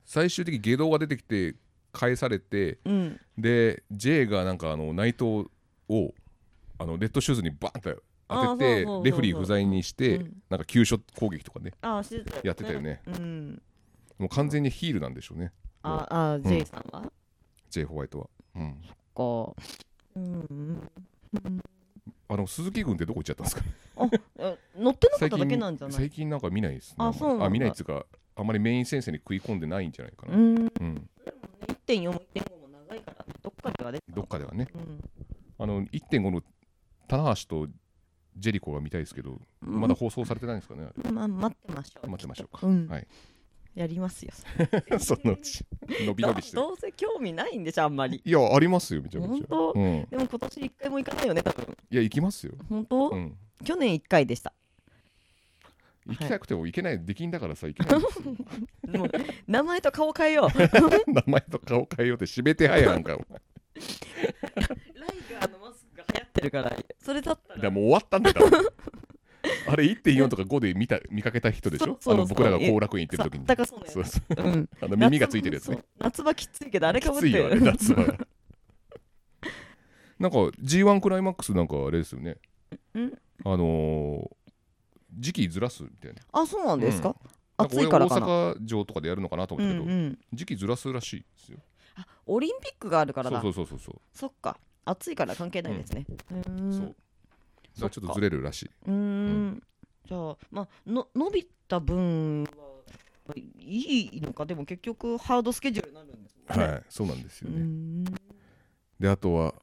[SPEAKER 2] 最終的に下道が出てきて返されて
[SPEAKER 1] うん
[SPEAKER 2] で J がなんかあの内藤をあのレッドシューズにバーンと
[SPEAKER 1] あ
[SPEAKER 2] 当
[SPEAKER 1] ーそうそうそうそ
[SPEAKER 2] てて
[SPEAKER 1] う
[SPEAKER 2] レフェリー不在にして、
[SPEAKER 1] うん
[SPEAKER 2] なんか急所攻撃とかね
[SPEAKER 1] ああしてたよ
[SPEAKER 2] やってたよね
[SPEAKER 1] うん
[SPEAKER 2] もう完全にヒールなんでしょうね
[SPEAKER 1] ああ J さんは
[SPEAKER 2] J ホワイトは、うん、
[SPEAKER 1] か。うん、
[SPEAKER 2] あの鈴木軍ってどこ行っちゃったんですか
[SPEAKER 1] え乗ってなかっただけなんじゃない
[SPEAKER 2] 最近なんか見ないですね
[SPEAKER 1] あ
[SPEAKER 2] んまり
[SPEAKER 1] そうなんだ
[SPEAKER 2] あ見ないっつうかあんまりメイン先生に食い込んでないんじゃないか
[SPEAKER 1] う
[SPEAKER 2] な、
[SPEAKER 1] ん、
[SPEAKER 2] うん、
[SPEAKER 1] 1.4も1.5も長いから、どっかでは出てた
[SPEAKER 2] どっかではね
[SPEAKER 1] うん、
[SPEAKER 2] あの1.5の棚橋とジェリコが見たいですけど、
[SPEAKER 1] うん
[SPEAKER 2] まだ放送されてないんですかね、あ
[SPEAKER 1] まあ待ってましょう
[SPEAKER 2] れ待ちましょうか。
[SPEAKER 1] うん
[SPEAKER 2] はい、
[SPEAKER 1] やりますよ
[SPEAKER 2] そのうち、伸び伸びしてる。
[SPEAKER 1] どうせ興味ないんでしょあんまり
[SPEAKER 2] いや、ありますよ、めちゃめちゃ。
[SPEAKER 1] 本当
[SPEAKER 2] うん、い
[SPEAKER 1] でも今年一回も行かないよね多分
[SPEAKER 2] や、行きますよ。
[SPEAKER 1] 本当、
[SPEAKER 2] うん、
[SPEAKER 1] 去年一回でした
[SPEAKER 2] 行きたくても行けない、できんだからさ、行けないんですよ。
[SPEAKER 1] でも名前と顔変えようライ
[SPEAKER 2] 名前と顔変えようって、締めてはやなんか。
[SPEAKER 1] ガーのマスクが流行ってるからそれだった
[SPEAKER 2] だから
[SPEAKER 1] ら
[SPEAKER 2] もう終わったんだから。 あれ1.4とか5で見た見かけた人でしょ
[SPEAKER 1] そうそうそう
[SPEAKER 2] あの僕らが後楽園行ってる時に
[SPEAKER 1] さあったかそうなやつ
[SPEAKER 2] そうそう
[SPEAKER 1] うん
[SPEAKER 2] あの耳がついてるやつね
[SPEAKER 1] そう夏場きついけどあれかぶ
[SPEAKER 2] き
[SPEAKER 1] っ
[SPEAKER 2] つ
[SPEAKER 1] て
[SPEAKER 2] いよあれ
[SPEAKER 1] る
[SPEAKER 2] 夏は なんか G1 クライマックスなんかあれですよね
[SPEAKER 1] ん
[SPEAKER 2] あのー時期ずらすみたいな
[SPEAKER 1] あそうなんですか、
[SPEAKER 2] なん
[SPEAKER 1] 暑いからか
[SPEAKER 2] 俺
[SPEAKER 1] な
[SPEAKER 2] 大阪城とかでやるのかなと
[SPEAKER 1] う
[SPEAKER 2] 思
[SPEAKER 1] ん
[SPEAKER 2] っ
[SPEAKER 1] う
[SPEAKER 2] たけど、
[SPEAKER 1] ん
[SPEAKER 2] 時期ずらすらしいですよ
[SPEAKER 1] あオリンピックがあるからだ
[SPEAKER 2] そうそうそうそう
[SPEAKER 1] そっか暑いから関係ないですねうーん
[SPEAKER 2] そうそうだからちょっとずれるらしい
[SPEAKER 1] うんんじゃあまあの伸びた分はいいのかでも結局ハードスケジュールになるんですもんね、
[SPEAKER 2] はいそうなんです
[SPEAKER 1] う
[SPEAKER 2] よね、
[SPEAKER 1] ん
[SPEAKER 2] であとは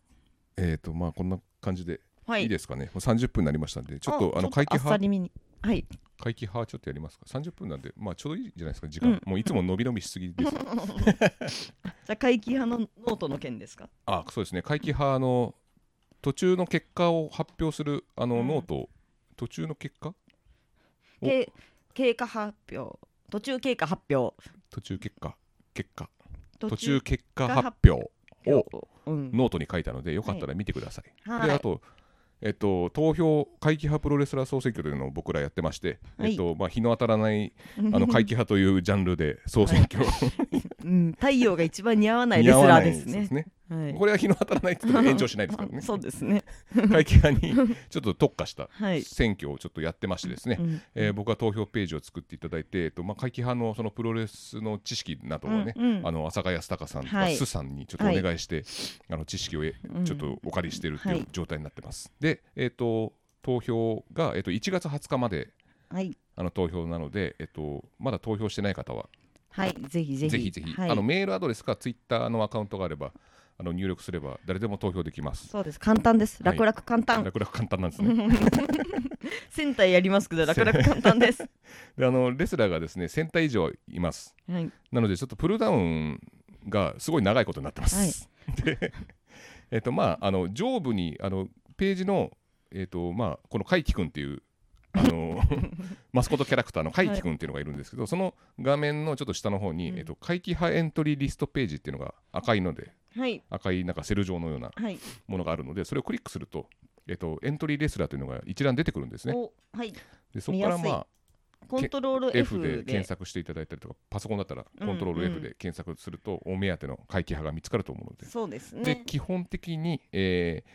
[SPEAKER 2] えっ、とまあこんな感じで
[SPEAKER 1] はい
[SPEAKER 2] いいですかね、もう30分になりましたんで、ちょっとあの
[SPEAKER 1] ちょっ
[SPEAKER 2] 会期
[SPEAKER 1] あっさ
[SPEAKER 2] 派、
[SPEAKER 1] りめにはい
[SPEAKER 2] 会期派ちょっとやりますか、30分なんで、まあちょうどいいじゃないですか、時間、
[SPEAKER 1] うん
[SPEAKER 2] もういつも伸び伸びしすぎです。
[SPEAKER 1] じゃあ会期派のノートの件ですか
[SPEAKER 2] あそうですね、会期派の途中の結果を発表するあの
[SPEAKER 1] うん
[SPEAKER 2] ノート、途中の結果お
[SPEAKER 1] け経過発表途中経過発表
[SPEAKER 2] 途中結果、結果、
[SPEAKER 1] 途
[SPEAKER 2] 途中結果
[SPEAKER 1] 結果
[SPEAKER 2] 発
[SPEAKER 1] 発
[SPEAKER 2] 表を
[SPEAKER 1] うん
[SPEAKER 2] ノートに書いたので、よかったら見てください。
[SPEAKER 1] はい
[SPEAKER 2] であとえっと、投票、会期派プロレスラー総選挙というのを僕らやってまして、
[SPEAKER 1] はい
[SPEAKER 2] えっとまあ、日の当たらないあ の会期派というジャンルで総選挙を
[SPEAKER 1] うん太陽が一番似合わない
[SPEAKER 2] 似
[SPEAKER 1] レ
[SPEAKER 2] 合
[SPEAKER 1] ス
[SPEAKER 2] わな
[SPEAKER 1] ラー
[SPEAKER 2] い
[SPEAKER 1] です
[SPEAKER 2] で
[SPEAKER 1] ね
[SPEAKER 2] すね。
[SPEAKER 1] はい
[SPEAKER 2] これは日の当たらないって言っても炎上しないですから ね。
[SPEAKER 1] そうですね
[SPEAKER 2] 会期派にちょっと特化した
[SPEAKER 1] はい
[SPEAKER 2] 選挙をちょっとやってましてですね、
[SPEAKER 1] うん
[SPEAKER 2] えー僕は投票ページを作っていただいて、えっとまあ、会期派のそのプロレスの知識などはね、
[SPEAKER 1] うんうん
[SPEAKER 2] あの阿佐ヶ谷隆さんとか、
[SPEAKER 1] はい
[SPEAKER 2] スさんにちょっとお願いして、あの知識をえ
[SPEAKER 1] うん
[SPEAKER 2] ちょっとお借りしてるってい
[SPEAKER 1] は
[SPEAKER 2] う
[SPEAKER 1] い
[SPEAKER 2] 状態になってます。で、えっと投票が、えっと1月20日まで
[SPEAKER 1] はい
[SPEAKER 2] あの投票なので、えっとまだ投票してない方は
[SPEAKER 1] はいぜひぜひ
[SPEAKER 2] ぜひぜひ、
[SPEAKER 1] はい
[SPEAKER 2] あのメールアドレスかツイッターのアカウントがあればあの入力すれば誰でも投票できます。
[SPEAKER 1] そうです簡単です
[SPEAKER 2] はい
[SPEAKER 1] 楽々簡単
[SPEAKER 2] 楽々簡単なんで すね。
[SPEAKER 1] 戦隊やりますけど楽々簡単です
[SPEAKER 2] であのレスラーがですね1000体以上います。
[SPEAKER 1] はい
[SPEAKER 2] なのでちょっとプルダウンがすごい長いことになってます。 で、えっとまああの上部にあのページのえっとまあこの海輝くんっていう。あ のマスコットキャラクターの海輝くんっていうのがいるんですけど、その画面のちょっと下の方に、
[SPEAKER 1] うん
[SPEAKER 2] えっと、怪奇派エントリーリストページっていうのが赤いので
[SPEAKER 1] はい
[SPEAKER 2] 赤いなんかセル状のような
[SPEAKER 1] はい
[SPEAKER 2] ものがあるのでそれをクリックすると、えっと、エントリーレスラーというのが一覧出てくるんですね。
[SPEAKER 1] おはい
[SPEAKER 2] でそこから
[SPEAKER 1] 見やすい
[SPEAKER 2] まあ
[SPEAKER 1] コントロール
[SPEAKER 2] F
[SPEAKER 1] F
[SPEAKER 2] で
[SPEAKER 1] で
[SPEAKER 2] 検索していただいたりとかパソコンだったら
[SPEAKER 1] うん
[SPEAKER 2] コントロール
[SPEAKER 1] う
[SPEAKER 2] F
[SPEAKER 1] ん
[SPEAKER 2] で検索するとお目当ての回帰派が見つかると思うので,、
[SPEAKER 1] そうです
[SPEAKER 2] で
[SPEAKER 1] ね
[SPEAKER 2] 基本的に、えー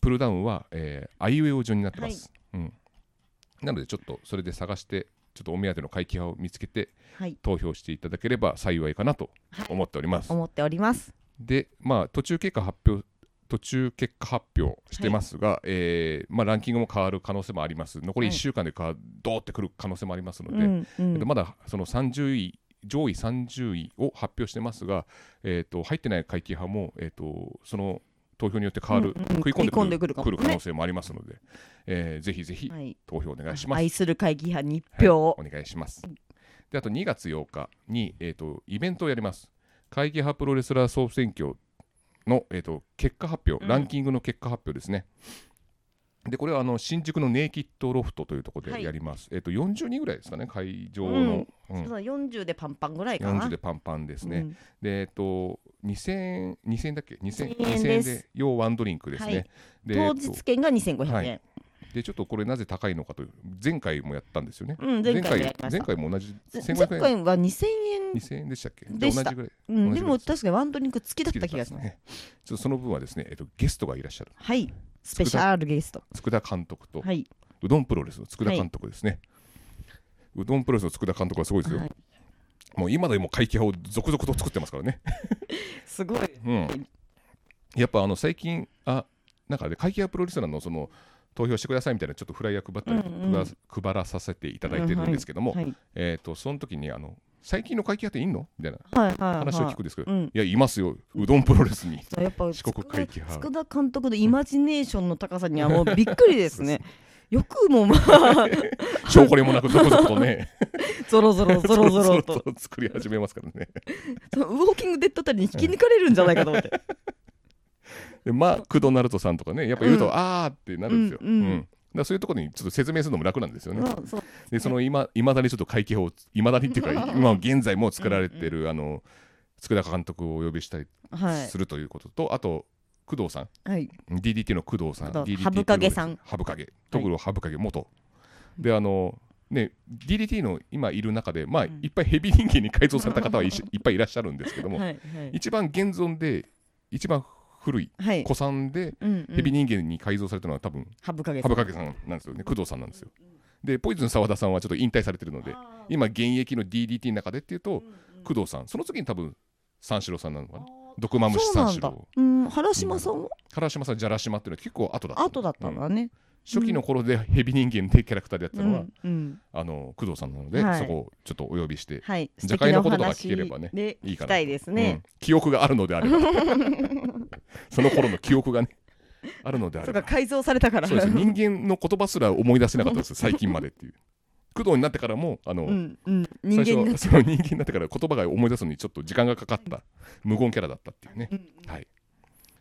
[SPEAKER 2] プルダウンは、えー、アイウェオ順になってます、うん、なのでちょっとそれで探してちょっとお目当ての回帰派を見つけて
[SPEAKER 1] はい
[SPEAKER 2] 投票していただければ幸いかなと思っております、
[SPEAKER 1] 思っております
[SPEAKER 2] でまあ途中結果発表途中結果発表してますが、えーまあ、ランキングも変わる可能性もあります残り1
[SPEAKER 1] はい
[SPEAKER 2] 週間で変わどーってくる可能性もありますの
[SPEAKER 1] う
[SPEAKER 2] で、
[SPEAKER 1] んう
[SPEAKER 2] えっと
[SPEAKER 1] ん
[SPEAKER 2] まだその30位上位30位を発表してますが、えっと入ってない会期派も、えっとその投票によって変わる、
[SPEAKER 1] うんうん
[SPEAKER 2] 食い込んで
[SPEAKER 1] 食い
[SPEAKER 2] く
[SPEAKER 1] 込んで
[SPEAKER 2] る
[SPEAKER 1] くるかもね
[SPEAKER 2] 可能性もありますので、えーぜひぜひ
[SPEAKER 1] はい
[SPEAKER 2] 投票お願いします。
[SPEAKER 1] 愛する会議派に
[SPEAKER 2] はい
[SPEAKER 1] 1票
[SPEAKER 2] お願いします。であと2月8日に、えー、とイベントをやります。会議派プロレスラー総選挙の、えー、と結果発表、
[SPEAKER 1] うん
[SPEAKER 2] ランキングの結果発表ですね。でこれはあの新宿のネイキッドロフトというところ
[SPEAKER 1] は
[SPEAKER 2] で
[SPEAKER 1] い
[SPEAKER 2] やります。えっ、と40人ぐらいですかね、会場の。うん
[SPEAKER 1] そうだ40でパンパンぐらいかな
[SPEAKER 2] 40でパンパンですね。
[SPEAKER 1] うん
[SPEAKER 2] で、えっと、2000円、2000円だっけ ?2000
[SPEAKER 1] 2000円
[SPEAKER 2] 円
[SPEAKER 1] です
[SPEAKER 2] で、要ワンドリンクですね。
[SPEAKER 1] はい
[SPEAKER 2] で
[SPEAKER 1] 当
[SPEAKER 2] えっ
[SPEAKER 1] 日
[SPEAKER 2] と
[SPEAKER 1] 券が2500
[SPEAKER 2] は
[SPEAKER 1] 円
[SPEAKER 2] いで、ちょっとこれなぜ高いのかという、前回もやったんですよね。
[SPEAKER 1] うん前回もやりました
[SPEAKER 2] 前回前回も同じ、
[SPEAKER 1] 前
[SPEAKER 2] 1500円、
[SPEAKER 1] 回は2000円、
[SPEAKER 2] 2000円でしたっけじゃあ
[SPEAKER 1] でした
[SPEAKER 2] 同じぐらい
[SPEAKER 1] うん、
[SPEAKER 2] 同
[SPEAKER 1] で
[SPEAKER 2] じぐらい
[SPEAKER 1] も
[SPEAKER 2] です
[SPEAKER 1] 確かにワンドリンク付きだ
[SPEAKER 2] 好
[SPEAKER 1] っ
[SPEAKER 2] き
[SPEAKER 1] た
[SPEAKER 2] だっ
[SPEAKER 1] 気
[SPEAKER 2] たんで
[SPEAKER 1] が
[SPEAKER 2] す
[SPEAKER 1] します。
[SPEAKER 2] ね。 ちょっとその分はですね、えっと、ゲストがいらっしゃる。
[SPEAKER 1] はい、スペシャルゲスト。
[SPEAKER 2] 佃監督と、
[SPEAKER 1] はいう
[SPEAKER 2] どんプロレスの佃監督ですね。うどんプロレスの佃監督はすごいですよ。
[SPEAKER 1] はい
[SPEAKER 2] もう今でも会計派を続々と作ってますからね。
[SPEAKER 1] すごい。
[SPEAKER 2] うん、やっぱあの最近あなんかあれ会計派プロレスラーのその投票してくださいみたいなちょっとフライヤー配ったり、
[SPEAKER 1] うんうん
[SPEAKER 2] 配ら配らさせていただいてるんですけども、
[SPEAKER 1] はい、はい、
[SPEAKER 2] えー、とその時にあの最近の会計派っていんのみたいな
[SPEAKER 1] はい、はい。
[SPEAKER 2] 話を聞くんですけど、
[SPEAKER 1] うん。
[SPEAKER 2] いやいますようどんプロレスに。
[SPEAKER 1] やっぱ
[SPEAKER 2] 四国会議派
[SPEAKER 1] 佃監督のイマジネーションの高さにはもうびっくりですね。よくもま あ
[SPEAKER 2] 証拠にもなく、どこぞとね、
[SPEAKER 1] ゾロゾロゾ ロゾロと
[SPEAKER 2] 作り始めますからね。
[SPEAKER 1] そのウォーキングデッドあたりに引き抜かれるんじゃないかと思って
[SPEAKER 2] で、まあ、クドナルドさんとかね、やっぱ言うと、
[SPEAKER 1] うん
[SPEAKER 2] あーってなるんですよ。
[SPEAKER 1] うんうん
[SPEAKER 2] だからそういうところにちょっと説明するのも楽なんですよね。
[SPEAKER 1] まあそう
[SPEAKER 2] でその今いまだにちょっと会計法いまだにっていうか今現在も作られてるあの佃高監督をお呼びしたり
[SPEAKER 1] はい
[SPEAKER 2] するということと、あと工藤さん
[SPEAKER 1] はい、
[SPEAKER 2] DDT の工藤さん
[SPEAKER 1] 工藤
[SPEAKER 2] DDT
[SPEAKER 1] 羽生影さん
[SPEAKER 2] ハブ影徳郎ハブ影元、であのね DDT の今いる中でまあ、
[SPEAKER 1] うん
[SPEAKER 2] いっぱいヘビー人間に改造された方は いしいっぱいいらっしゃるんですけども、
[SPEAKER 1] はいはい
[SPEAKER 2] 一番現存で一番古い
[SPEAKER 1] はい
[SPEAKER 2] 古参で
[SPEAKER 1] うんう
[SPEAKER 2] ヘビー
[SPEAKER 1] ん
[SPEAKER 2] 人間に改造されたのは多分
[SPEAKER 1] ハブ影さん
[SPEAKER 2] 羽生影さんなんですよね工藤さんなんですよでポイズン澤田さんはちょっと引退されてるので今現役の DDT の中でっていうと工藤さんその次に多分三四郎さんなのかな毒まむし
[SPEAKER 1] そう
[SPEAKER 2] 三
[SPEAKER 1] なん
[SPEAKER 2] 四
[SPEAKER 1] だ
[SPEAKER 2] 郎
[SPEAKER 1] うん原島さんは
[SPEAKER 2] 原島さんじゃらしまっていうのは結構後だった
[SPEAKER 1] 後だったん
[SPEAKER 2] うん
[SPEAKER 1] だね
[SPEAKER 2] 初期の頃でヘビ人間でキャラクターでやって
[SPEAKER 1] う
[SPEAKER 2] たのは、
[SPEAKER 1] んうん
[SPEAKER 2] あの工藤さんなので、
[SPEAKER 1] はい
[SPEAKER 2] そこをちょっとお呼びして
[SPEAKER 1] はい
[SPEAKER 2] じゃがいのこととか
[SPEAKER 1] 素
[SPEAKER 2] 聞
[SPEAKER 1] 敵な
[SPEAKER 2] けれ
[SPEAKER 1] お
[SPEAKER 2] ばね
[SPEAKER 1] 話で
[SPEAKER 2] いい
[SPEAKER 1] 聞
[SPEAKER 2] か
[SPEAKER 1] き
[SPEAKER 2] な
[SPEAKER 1] た
[SPEAKER 2] と
[SPEAKER 1] いです
[SPEAKER 2] う
[SPEAKER 1] ね
[SPEAKER 2] ん記憶があるのであ ればその頃の記憶がねあるのであ
[SPEAKER 1] そ
[SPEAKER 2] れ
[SPEAKER 1] うか
[SPEAKER 2] ば
[SPEAKER 1] 改造されたから
[SPEAKER 2] そ うです人間の言葉すら思い出せなかったです最近までっていう工藤になってからもあの、
[SPEAKER 1] うんうん人
[SPEAKER 2] 最
[SPEAKER 1] 間に
[SPEAKER 2] 初
[SPEAKER 1] なっ
[SPEAKER 2] はその人間になってから言葉が思い出すのにちょっと時間がかかった無言キャラだったっていうね、
[SPEAKER 1] うんうん
[SPEAKER 2] はい、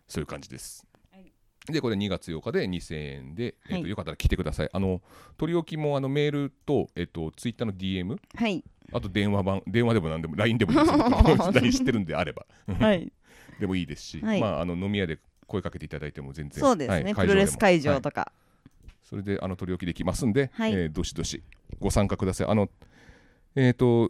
[SPEAKER 2] そういう感じです
[SPEAKER 1] はい。
[SPEAKER 2] でこれ2月8日で2000円で、えっ
[SPEAKER 1] は
[SPEAKER 2] と
[SPEAKER 1] い
[SPEAKER 2] よかったら来てください。あの取り置きもあのメールと,、えっとツイッターの DM
[SPEAKER 1] はい
[SPEAKER 2] あと電話番電話でも何でも LINE でもい いですよ LINE 知ってるんであれば
[SPEAKER 1] はい
[SPEAKER 2] でもいいですし、
[SPEAKER 1] はい
[SPEAKER 2] まあ、あの飲み屋で声かけていただいても全然
[SPEAKER 1] そうです
[SPEAKER 2] はい
[SPEAKER 1] ね
[SPEAKER 2] 会場
[SPEAKER 1] プロレス会
[SPEAKER 2] でも
[SPEAKER 1] 場
[SPEAKER 2] はい
[SPEAKER 1] とか
[SPEAKER 2] それであの取り置きできますんで、
[SPEAKER 1] はい
[SPEAKER 2] えーどしどしご参加ください。あのえっ、と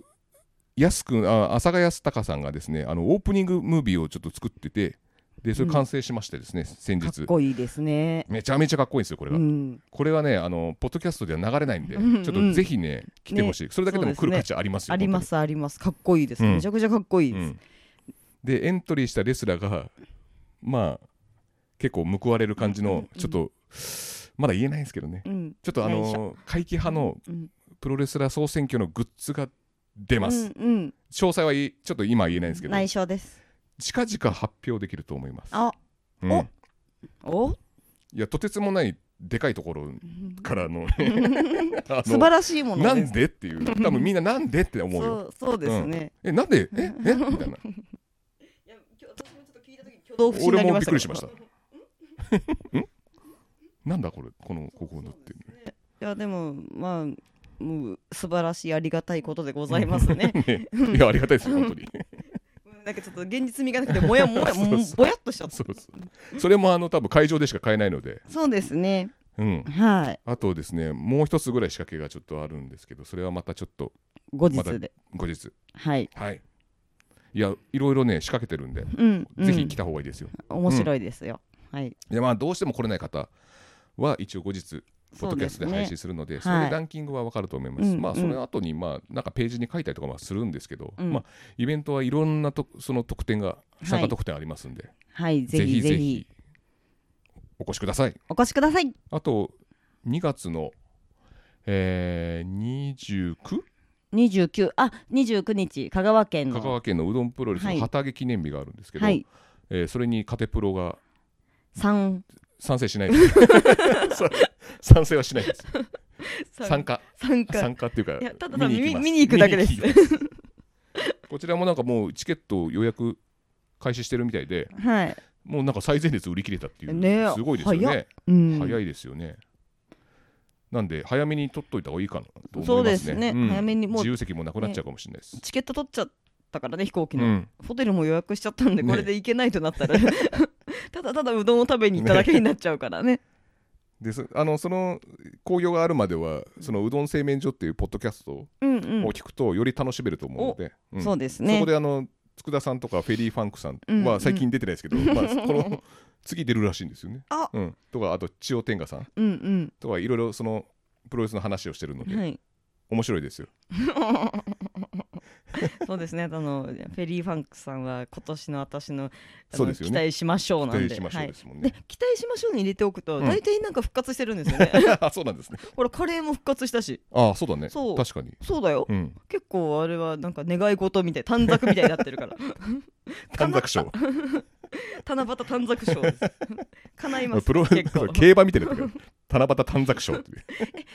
[SPEAKER 2] 安くあ浅賀康隆さんがですねあのオープニングムービーをちょっと作っててでそれ完成しましてですね、先
[SPEAKER 1] か
[SPEAKER 2] 日
[SPEAKER 1] っこいいですね
[SPEAKER 2] めちゃめちゃかっこいいんですよこれが、
[SPEAKER 1] うん
[SPEAKER 2] これはねあのポッドキャストでは流れないんで、
[SPEAKER 1] うんうん
[SPEAKER 2] ちょっとぜひね来てほしい、それだけでも来る価値ありますよ
[SPEAKER 1] ありますありますかっこいいです
[SPEAKER 2] うん
[SPEAKER 1] めちゃくちゃかっこいい
[SPEAKER 2] 本当に
[SPEAKER 1] で
[SPEAKER 2] うんでエントリーしたレスラーがまあ結構報われる感じ
[SPEAKER 1] うんう
[SPEAKER 2] の
[SPEAKER 1] んうん
[SPEAKER 2] ちょっと、まだ言えないんですけどね
[SPEAKER 1] すうん
[SPEAKER 2] ちょっとあ
[SPEAKER 1] よいし
[SPEAKER 2] の会期派の
[SPEAKER 1] うん
[SPEAKER 2] プロレスラー総選挙のグッズが出ます、
[SPEAKER 1] うんうん
[SPEAKER 2] 詳細はいいちょっと今は言えないんですけど
[SPEAKER 1] 内緒です
[SPEAKER 2] 近々発表できると思います、
[SPEAKER 1] あ
[SPEAKER 2] うん
[SPEAKER 1] おお
[SPEAKER 2] いやとてつもないでかいところからのね あ
[SPEAKER 1] 素晴らしいも
[SPEAKER 2] の
[SPEAKER 1] の
[SPEAKER 2] な
[SPEAKER 1] で
[SPEAKER 2] ん
[SPEAKER 1] す
[SPEAKER 2] でっていう多分みんななんでって思うよ
[SPEAKER 1] そうそうですね
[SPEAKER 2] えなんで ええみた
[SPEAKER 1] いや
[SPEAKER 2] いな
[SPEAKER 1] 今日私もちょっと聞いた時挙動不審に
[SPEAKER 2] 俺
[SPEAKER 1] なりま
[SPEAKER 2] もびっ
[SPEAKER 1] した
[SPEAKER 2] くりしました
[SPEAKER 1] けど
[SPEAKER 2] なんだこれこのここのって
[SPEAKER 1] いやでもまあもう素晴らしいありがたいことでございます ね
[SPEAKER 2] ねいやありがたいですよ本当に
[SPEAKER 1] なんかちょっと現実味がなくてもやもや
[SPEAKER 2] そう
[SPEAKER 1] も
[SPEAKER 2] そう
[SPEAKER 1] うぼやっとしちゃった
[SPEAKER 2] そうそうそれもあの多分会場でしか買えないので
[SPEAKER 1] そうですね
[SPEAKER 2] うん
[SPEAKER 1] はい
[SPEAKER 2] あとですねもう一つぐらい仕掛けがちょっとあるんですけどそれはまたちょっと
[SPEAKER 1] 後日で
[SPEAKER 2] 後日
[SPEAKER 1] はい
[SPEAKER 2] はいいやいろいろね仕掛けてるんで
[SPEAKER 1] うん
[SPEAKER 2] ぜひ来
[SPEAKER 1] た
[SPEAKER 2] た方がいいですよ。
[SPEAKER 1] 面白いですよはい
[SPEAKER 2] でまあどうしても来れない方は一応後日ポッドキャストで配信するのでそ
[SPEAKER 1] そうですねは
[SPEAKER 2] れで
[SPEAKER 1] い
[SPEAKER 2] ランキングは分かると思います、
[SPEAKER 1] うんうん
[SPEAKER 2] まあその後にまあなんかページに書いたりとかはするんですけど、
[SPEAKER 1] うん
[SPEAKER 2] まあイベントはいろんなとその特典が
[SPEAKER 1] い
[SPEAKER 2] 参加特典ありますんで、
[SPEAKER 1] はいぜひぜひ
[SPEAKER 2] お越しください
[SPEAKER 1] お越しください
[SPEAKER 2] あと2月のえー、29?
[SPEAKER 1] 29あ29日香川県
[SPEAKER 2] 香
[SPEAKER 1] の
[SPEAKER 2] 川県のうどんプロレスの旗揚げ記念日があるんですけど、
[SPEAKER 1] はい
[SPEAKER 2] えーそれにカテプロが
[SPEAKER 1] 三
[SPEAKER 2] 賛成しないです さ賛成はしないです参加
[SPEAKER 1] 参加
[SPEAKER 2] 参加っていうか
[SPEAKER 1] いやただただ
[SPEAKER 2] にます
[SPEAKER 1] 見に行くだけです
[SPEAKER 2] 見に行きますこちらもなんかもうチケット予約開始してるみたいで
[SPEAKER 1] はい
[SPEAKER 2] もうなんか最前列売り切れたっていう、
[SPEAKER 1] ねえ
[SPEAKER 2] すごいですよ
[SPEAKER 1] 早
[SPEAKER 2] ね
[SPEAKER 1] うん
[SPEAKER 2] 早,、いですよねなんで早めに取っといた方がいいかなと思いますね
[SPEAKER 1] そうですね
[SPEAKER 2] ん
[SPEAKER 1] 早めにもう
[SPEAKER 2] 自由席もなくなっちゃうかもしれないです、
[SPEAKER 1] チケット取っちゃったからね飛行機
[SPEAKER 2] う
[SPEAKER 1] の
[SPEAKER 2] ん、
[SPEAKER 1] ホテルも予約しちゃったんで、
[SPEAKER 2] ね
[SPEAKER 1] これで行けないとなったら ただただうどんを食べに行っただけになっちゃうからね
[SPEAKER 2] でそあのその興行があるまではそのうどん製麺所っていうポッドキャストを
[SPEAKER 1] うんうん、
[SPEAKER 2] 聞くとより楽しめると思うので、うん
[SPEAKER 1] そうです
[SPEAKER 2] そ
[SPEAKER 1] ね
[SPEAKER 2] こであの佃さんとかフェリーファンクさん
[SPEAKER 1] うんう
[SPEAKER 2] は
[SPEAKER 1] ん
[SPEAKER 2] 最近出てないです けど、まあ、この次出るらしいんですよね。
[SPEAKER 1] あ
[SPEAKER 2] うん、とかあと千代天下さん
[SPEAKER 1] うん
[SPEAKER 2] とかいろいろそのプロレスの話をしてるの
[SPEAKER 1] う
[SPEAKER 2] で、
[SPEAKER 1] んはい
[SPEAKER 2] 面白いですよ。
[SPEAKER 1] そうですねあのフェリーファンクさんは今年の私のあの
[SPEAKER 2] そうですよね
[SPEAKER 1] 期待しましょう
[SPEAKER 2] 期
[SPEAKER 1] なん
[SPEAKER 2] 待
[SPEAKER 1] で
[SPEAKER 2] しましょ
[SPEAKER 1] は
[SPEAKER 2] う
[SPEAKER 1] い
[SPEAKER 2] ですもん
[SPEAKER 1] で
[SPEAKER 2] ね。
[SPEAKER 1] 期待しましょうに入れておくと、
[SPEAKER 2] うん
[SPEAKER 1] 大体なんか復活してるんですよ ね
[SPEAKER 2] あそうなんですね。
[SPEAKER 1] ほらカレーも復活したし
[SPEAKER 2] あそうだね。
[SPEAKER 1] そう
[SPEAKER 2] 確かに。
[SPEAKER 1] そうだよ、
[SPEAKER 2] うん。
[SPEAKER 1] 結構あれはなんか願い事みたい短冊みたいになってるから
[SPEAKER 2] 短冊賞。
[SPEAKER 1] 七夕短冊賞です 叶います
[SPEAKER 2] プロ
[SPEAKER 1] 結構
[SPEAKER 2] 競馬みたいな。七夕短冊賞っていう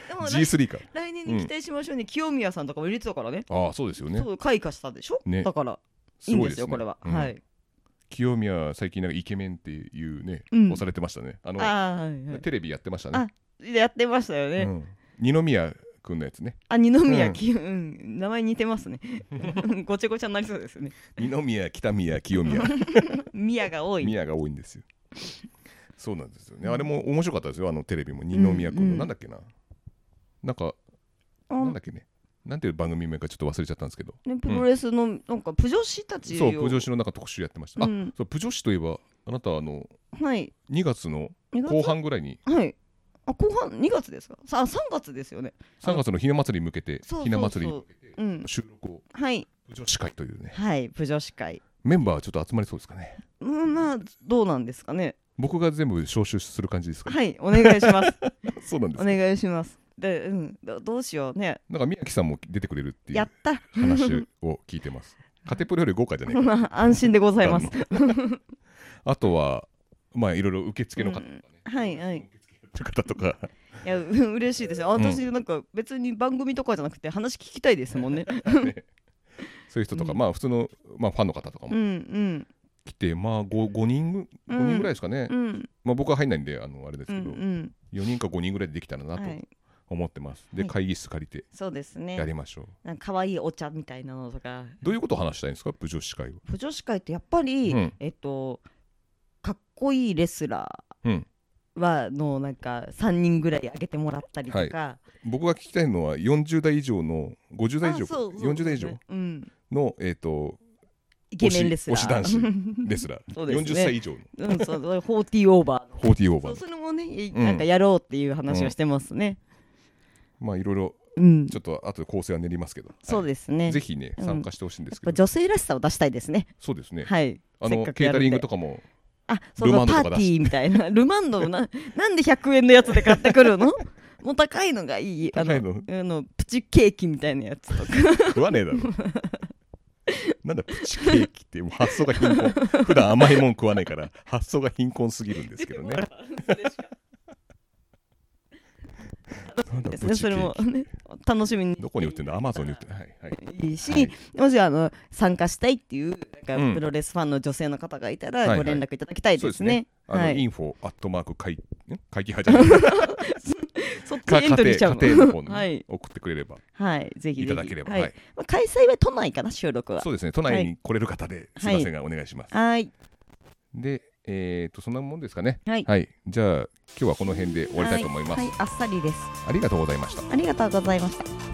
[SPEAKER 1] でも来
[SPEAKER 2] G3 か
[SPEAKER 1] 来年に期待しましょうね、清宮さんとかも入れてたからね
[SPEAKER 2] ああそうですよね
[SPEAKER 1] そう開花したでしょ、
[SPEAKER 2] ね
[SPEAKER 1] だからいい
[SPEAKER 2] す
[SPEAKER 1] ん
[SPEAKER 2] ご
[SPEAKER 1] で
[SPEAKER 2] い
[SPEAKER 1] すよ
[SPEAKER 2] ね
[SPEAKER 1] これは、
[SPEAKER 2] うん
[SPEAKER 1] はい、
[SPEAKER 2] 清宮最近なんかイケメンっていうね、
[SPEAKER 1] うん
[SPEAKER 2] 押されてましたねあの
[SPEAKER 1] あーはいは
[SPEAKER 2] テレビやってましたね、
[SPEAKER 1] いやってましたよね、
[SPEAKER 2] うん二宮君のやつね
[SPEAKER 1] あ二宮、
[SPEAKER 2] うん
[SPEAKER 1] きうん、名前似てますね ごちゃごちゃになりそうですね
[SPEAKER 2] 二宮北宮 清宮
[SPEAKER 1] 宮が多い
[SPEAKER 2] 宮が多いんですよそうなんですよね、
[SPEAKER 1] うん
[SPEAKER 2] あれも面白かったですよあのテレビも二宮君の、
[SPEAKER 1] うん
[SPEAKER 2] なんだっけななんか
[SPEAKER 1] あ
[SPEAKER 2] なんだっけねなんていう番組名かちょっと忘れちゃったんですけど
[SPEAKER 1] ね、プロレスの、なんかプジョ師たちを
[SPEAKER 2] そうプジョシの中特集やってまし
[SPEAKER 1] う
[SPEAKER 2] た、あ
[SPEAKER 1] ん、
[SPEAKER 2] そうプジョシといえばあなたあの
[SPEAKER 1] はい
[SPEAKER 2] 2月の
[SPEAKER 1] 二
[SPEAKER 2] 後
[SPEAKER 1] 月
[SPEAKER 2] 半ぐらいに
[SPEAKER 1] はいあ後半2月ですかさあ3月ですよね
[SPEAKER 2] 3月のひな祭りに向けて
[SPEAKER 1] そう
[SPEAKER 2] ひな祭り
[SPEAKER 1] そ
[SPEAKER 2] に
[SPEAKER 1] うそう、うん、
[SPEAKER 2] 収録を
[SPEAKER 1] はい
[SPEAKER 2] プジョシ会というね
[SPEAKER 1] はいプジョ師会
[SPEAKER 2] メンバーちょっと集まりそうですかね
[SPEAKER 1] うんまあどうなんですかね
[SPEAKER 2] 僕が全部招集する感じですか、
[SPEAKER 1] はいお願いします
[SPEAKER 2] そうなんで
[SPEAKER 1] お
[SPEAKER 2] すね
[SPEAKER 1] 願いしますでうんどどうしようね
[SPEAKER 2] なんか宮城さんも出てくれるってい
[SPEAKER 1] や
[SPEAKER 2] う
[SPEAKER 1] った
[SPEAKER 2] 話を聞いてますカテプロより豪華じゃないか
[SPEAKER 1] まあ安心でご ざいます
[SPEAKER 2] あとはまあいろいろ受付の方とかね、
[SPEAKER 1] うんはいはい
[SPEAKER 2] 受付やってる方とか
[SPEAKER 1] いやう 嬉しいですよあ
[SPEAKER 2] うん
[SPEAKER 1] 私なんか別に番組とかじゃなくて話聞きたいですもんね
[SPEAKER 2] そういう人とか、
[SPEAKER 1] うん
[SPEAKER 2] まあ普通の、まあ、ファンの方とか
[SPEAKER 1] う
[SPEAKER 2] も
[SPEAKER 1] ん
[SPEAKER 2] 来て、まあ 5, 5人ぐ
[SPEAKER 1] うん
[SPEAKER 2] 5人ぐらいですかね、
[SPEAKER 1] うんうん
[SPEAKER 2] まあ僕は入んないんであのあれです
[SPEAKER 1] う
[SPEAKER 2] けど、
[SPEAKER 1] ん
[SPEAKER 2] 4人か5人ぐらいでできたら
[SPEAKER 1] う
[SPEAKER 2] なん
[SPEAKER 1] は
[SPEAKER 2] と
[SPEAKER 1] い
[SPEAKER 2] 思ってます、
[SPEAKER 1] は
[SPEAKER 2] で
[SPEAKER 1] い
[SPEAKER 2] 会議室借りて
[SPEAKER 1] そうです
[SPEAKER 2] や
[SPEAKER 1] ね
[SPEAKER 2] りましょう、
[SPEAKER 1] なんか可愛いお茶みたいなのとか
[SPEAKER 2] どういうことを話したいんですか部女子会は
[SPEAKER 1] 補助司会ってやっぱり、
[SPEAKER 2] うん
[SPEAKER 1] えっとかっこいいレスラ
[SPEAKER 2] うん
[SPEAKER 1] ーはのなんか3人ぐらい上げてもらったりとか、
[SPEAKER 2] 僕が聞きたいのは40代以上の50
[SPEAKER 1] あ
[SPEAKER 2] 代以上か
[SPEAKER 1] そうそう
[SPEAKER 2] 40代以上
[SPEAKER 1] うん、
[SPEAKER 2] の、えー、と
[SPEAKER 1] イケメンレスラー
[SPEAKER 2] 推し男子レ
[SPEAKER 1] う
[SPEAKER 2] スラー、
[SPEAKER 1] そうですね
[SPEAKER 2] 40歳以上の
[SPEAKER 1] んそうそう40オーバー
[SPEAKER 2] 40
[SPEAKER 1] そ
[SPEAKER 2] オーバ
[SPEAKER 1] う
[SPEAKER 2] ー
[SPEAKER 1] それもね、い
[SPEAKER 2] うん
[SPEAKER 1] なんかやろうっていう話をしてますね
[SPEAKER 2] のまあいろいろ
[SPEAKER 1] うん、
[SPEAKER 2] ちょっと後で構成は練りますけど、
[SPEAKER 1] そうですね、
[SPEAKER 2] はいぜひね
[SPEAKER 1] うん
[SPEAKER 2] 参加してほしいんで
[SPEAKER 1] やっ
[SPEAKER 2] すけ
[SPEAKER 1] ぱ
[SPEAKER 2] ど、
[SPEAKER 1] 女性らしさを出したいですね
[SPEAKER 2] そうですね
[SPEAKER 1] はい
[SPEAKER 2] あ
[SPEAKER 1] せっ
[SPEAKER 2] の
[SPEAKER 1] かく
[SPEAKER 2] ケ
[SPEAKER 1] や
[SPEAKER 2] ータ
[SPEAKER 1] るん
[SPEAKER 2] リ
[SPEAKER 1] で
[SPEAKER 2] ングとかも
[SPEAKER 1] あその
[SPEAKER 2] ルマンド
[SPEAKER 1] パ
[SPEAKER 2] と
[SPEAKER 1] ー
[SPEAKER 2] か
[SPEAKER 1] ティーみたいな ルマンドもななんで100円のやつで買ってくる のもう高いのがいいあ
[SPEAKER 2] 高い
[SPEAKER 1] の
[SPEAKER 2] の
[SPEAKER 1] あのプチケーキみたいなやつとか
[SPEAKER 2] 食わね えだろなんだプチケーキってもう発想が貧困普段甘いもん食わないから発想が貧困すぎるんですけどねなんだプ
[SPEAKER 1] で
[SPEAKER 2] チ
[SPEAKER 1] す
[SPEAKER 2] ケー
[SPEAKER 1] ね
[SPEAKER 2] キ
[SPEAKER 1] それもね楽しみに
[SPEAKER 2] どこに売ってんだアマゾンに売ってんだはいはい
[SPEAKER 1] いいし、
[SPEAKER 2] はい
[SPEAKER 1] もしあの参加したいっていうなん
[SPEAKER 2] う
[SPEAKER 1] か
[SPEAKER 2] ん
[SPEAKER 1] プロレスファンの女性の方がいた
[SPEAKER 2] はい
[SPEAKER 1] ら
[SPEAKER 2] はい
[SPEAKER 1] ご連絡いただきたいですね。
[SPEAKER 2] あの、
[SPEAKER 1] は
[SPEAKER 2] イ
[SPEAKER 1] い、
[SPEAKER 2] ンフォアットマーク会ん会議 派じゃない
[SPEAKER 1] そっち
[SPEAKER 2] か
[SPEAKER 1] エントリー
[SPEAKER 2] 家
[SPEAKER 1] しちゃ
[SPEAKER 2] 庭
[SPEAKER 1] う
[SPEAKER 2] 家庭の方 に、
[SPEAKER 1] はい、
[SPEAKER 2] 送ってくれれば
[SPEAKER 1] はい、ぜひぜひ
[SPEAKER 2] いただければ、
[SPEAKER 1] は
[SPEAKER 2] はいい
[SPEAKER 1] まあ、開催は都内かな収録は
[SPEAKER 2] そうですね都内に来れる方で、すいませんがお願いします、
[SPEAKER 1] はい
[SPEAKER 2] でえっ、とそんなもんですかね
[SPEAKER 1] はい
[SPEAKER 2] じゃあ今日はこの辺で終わりたいと思います、
[SPEAKER 1] はいはいあっさりです
[SPEAKER 2] ありがとうございました
[SPEAKER 1] ありがとうございました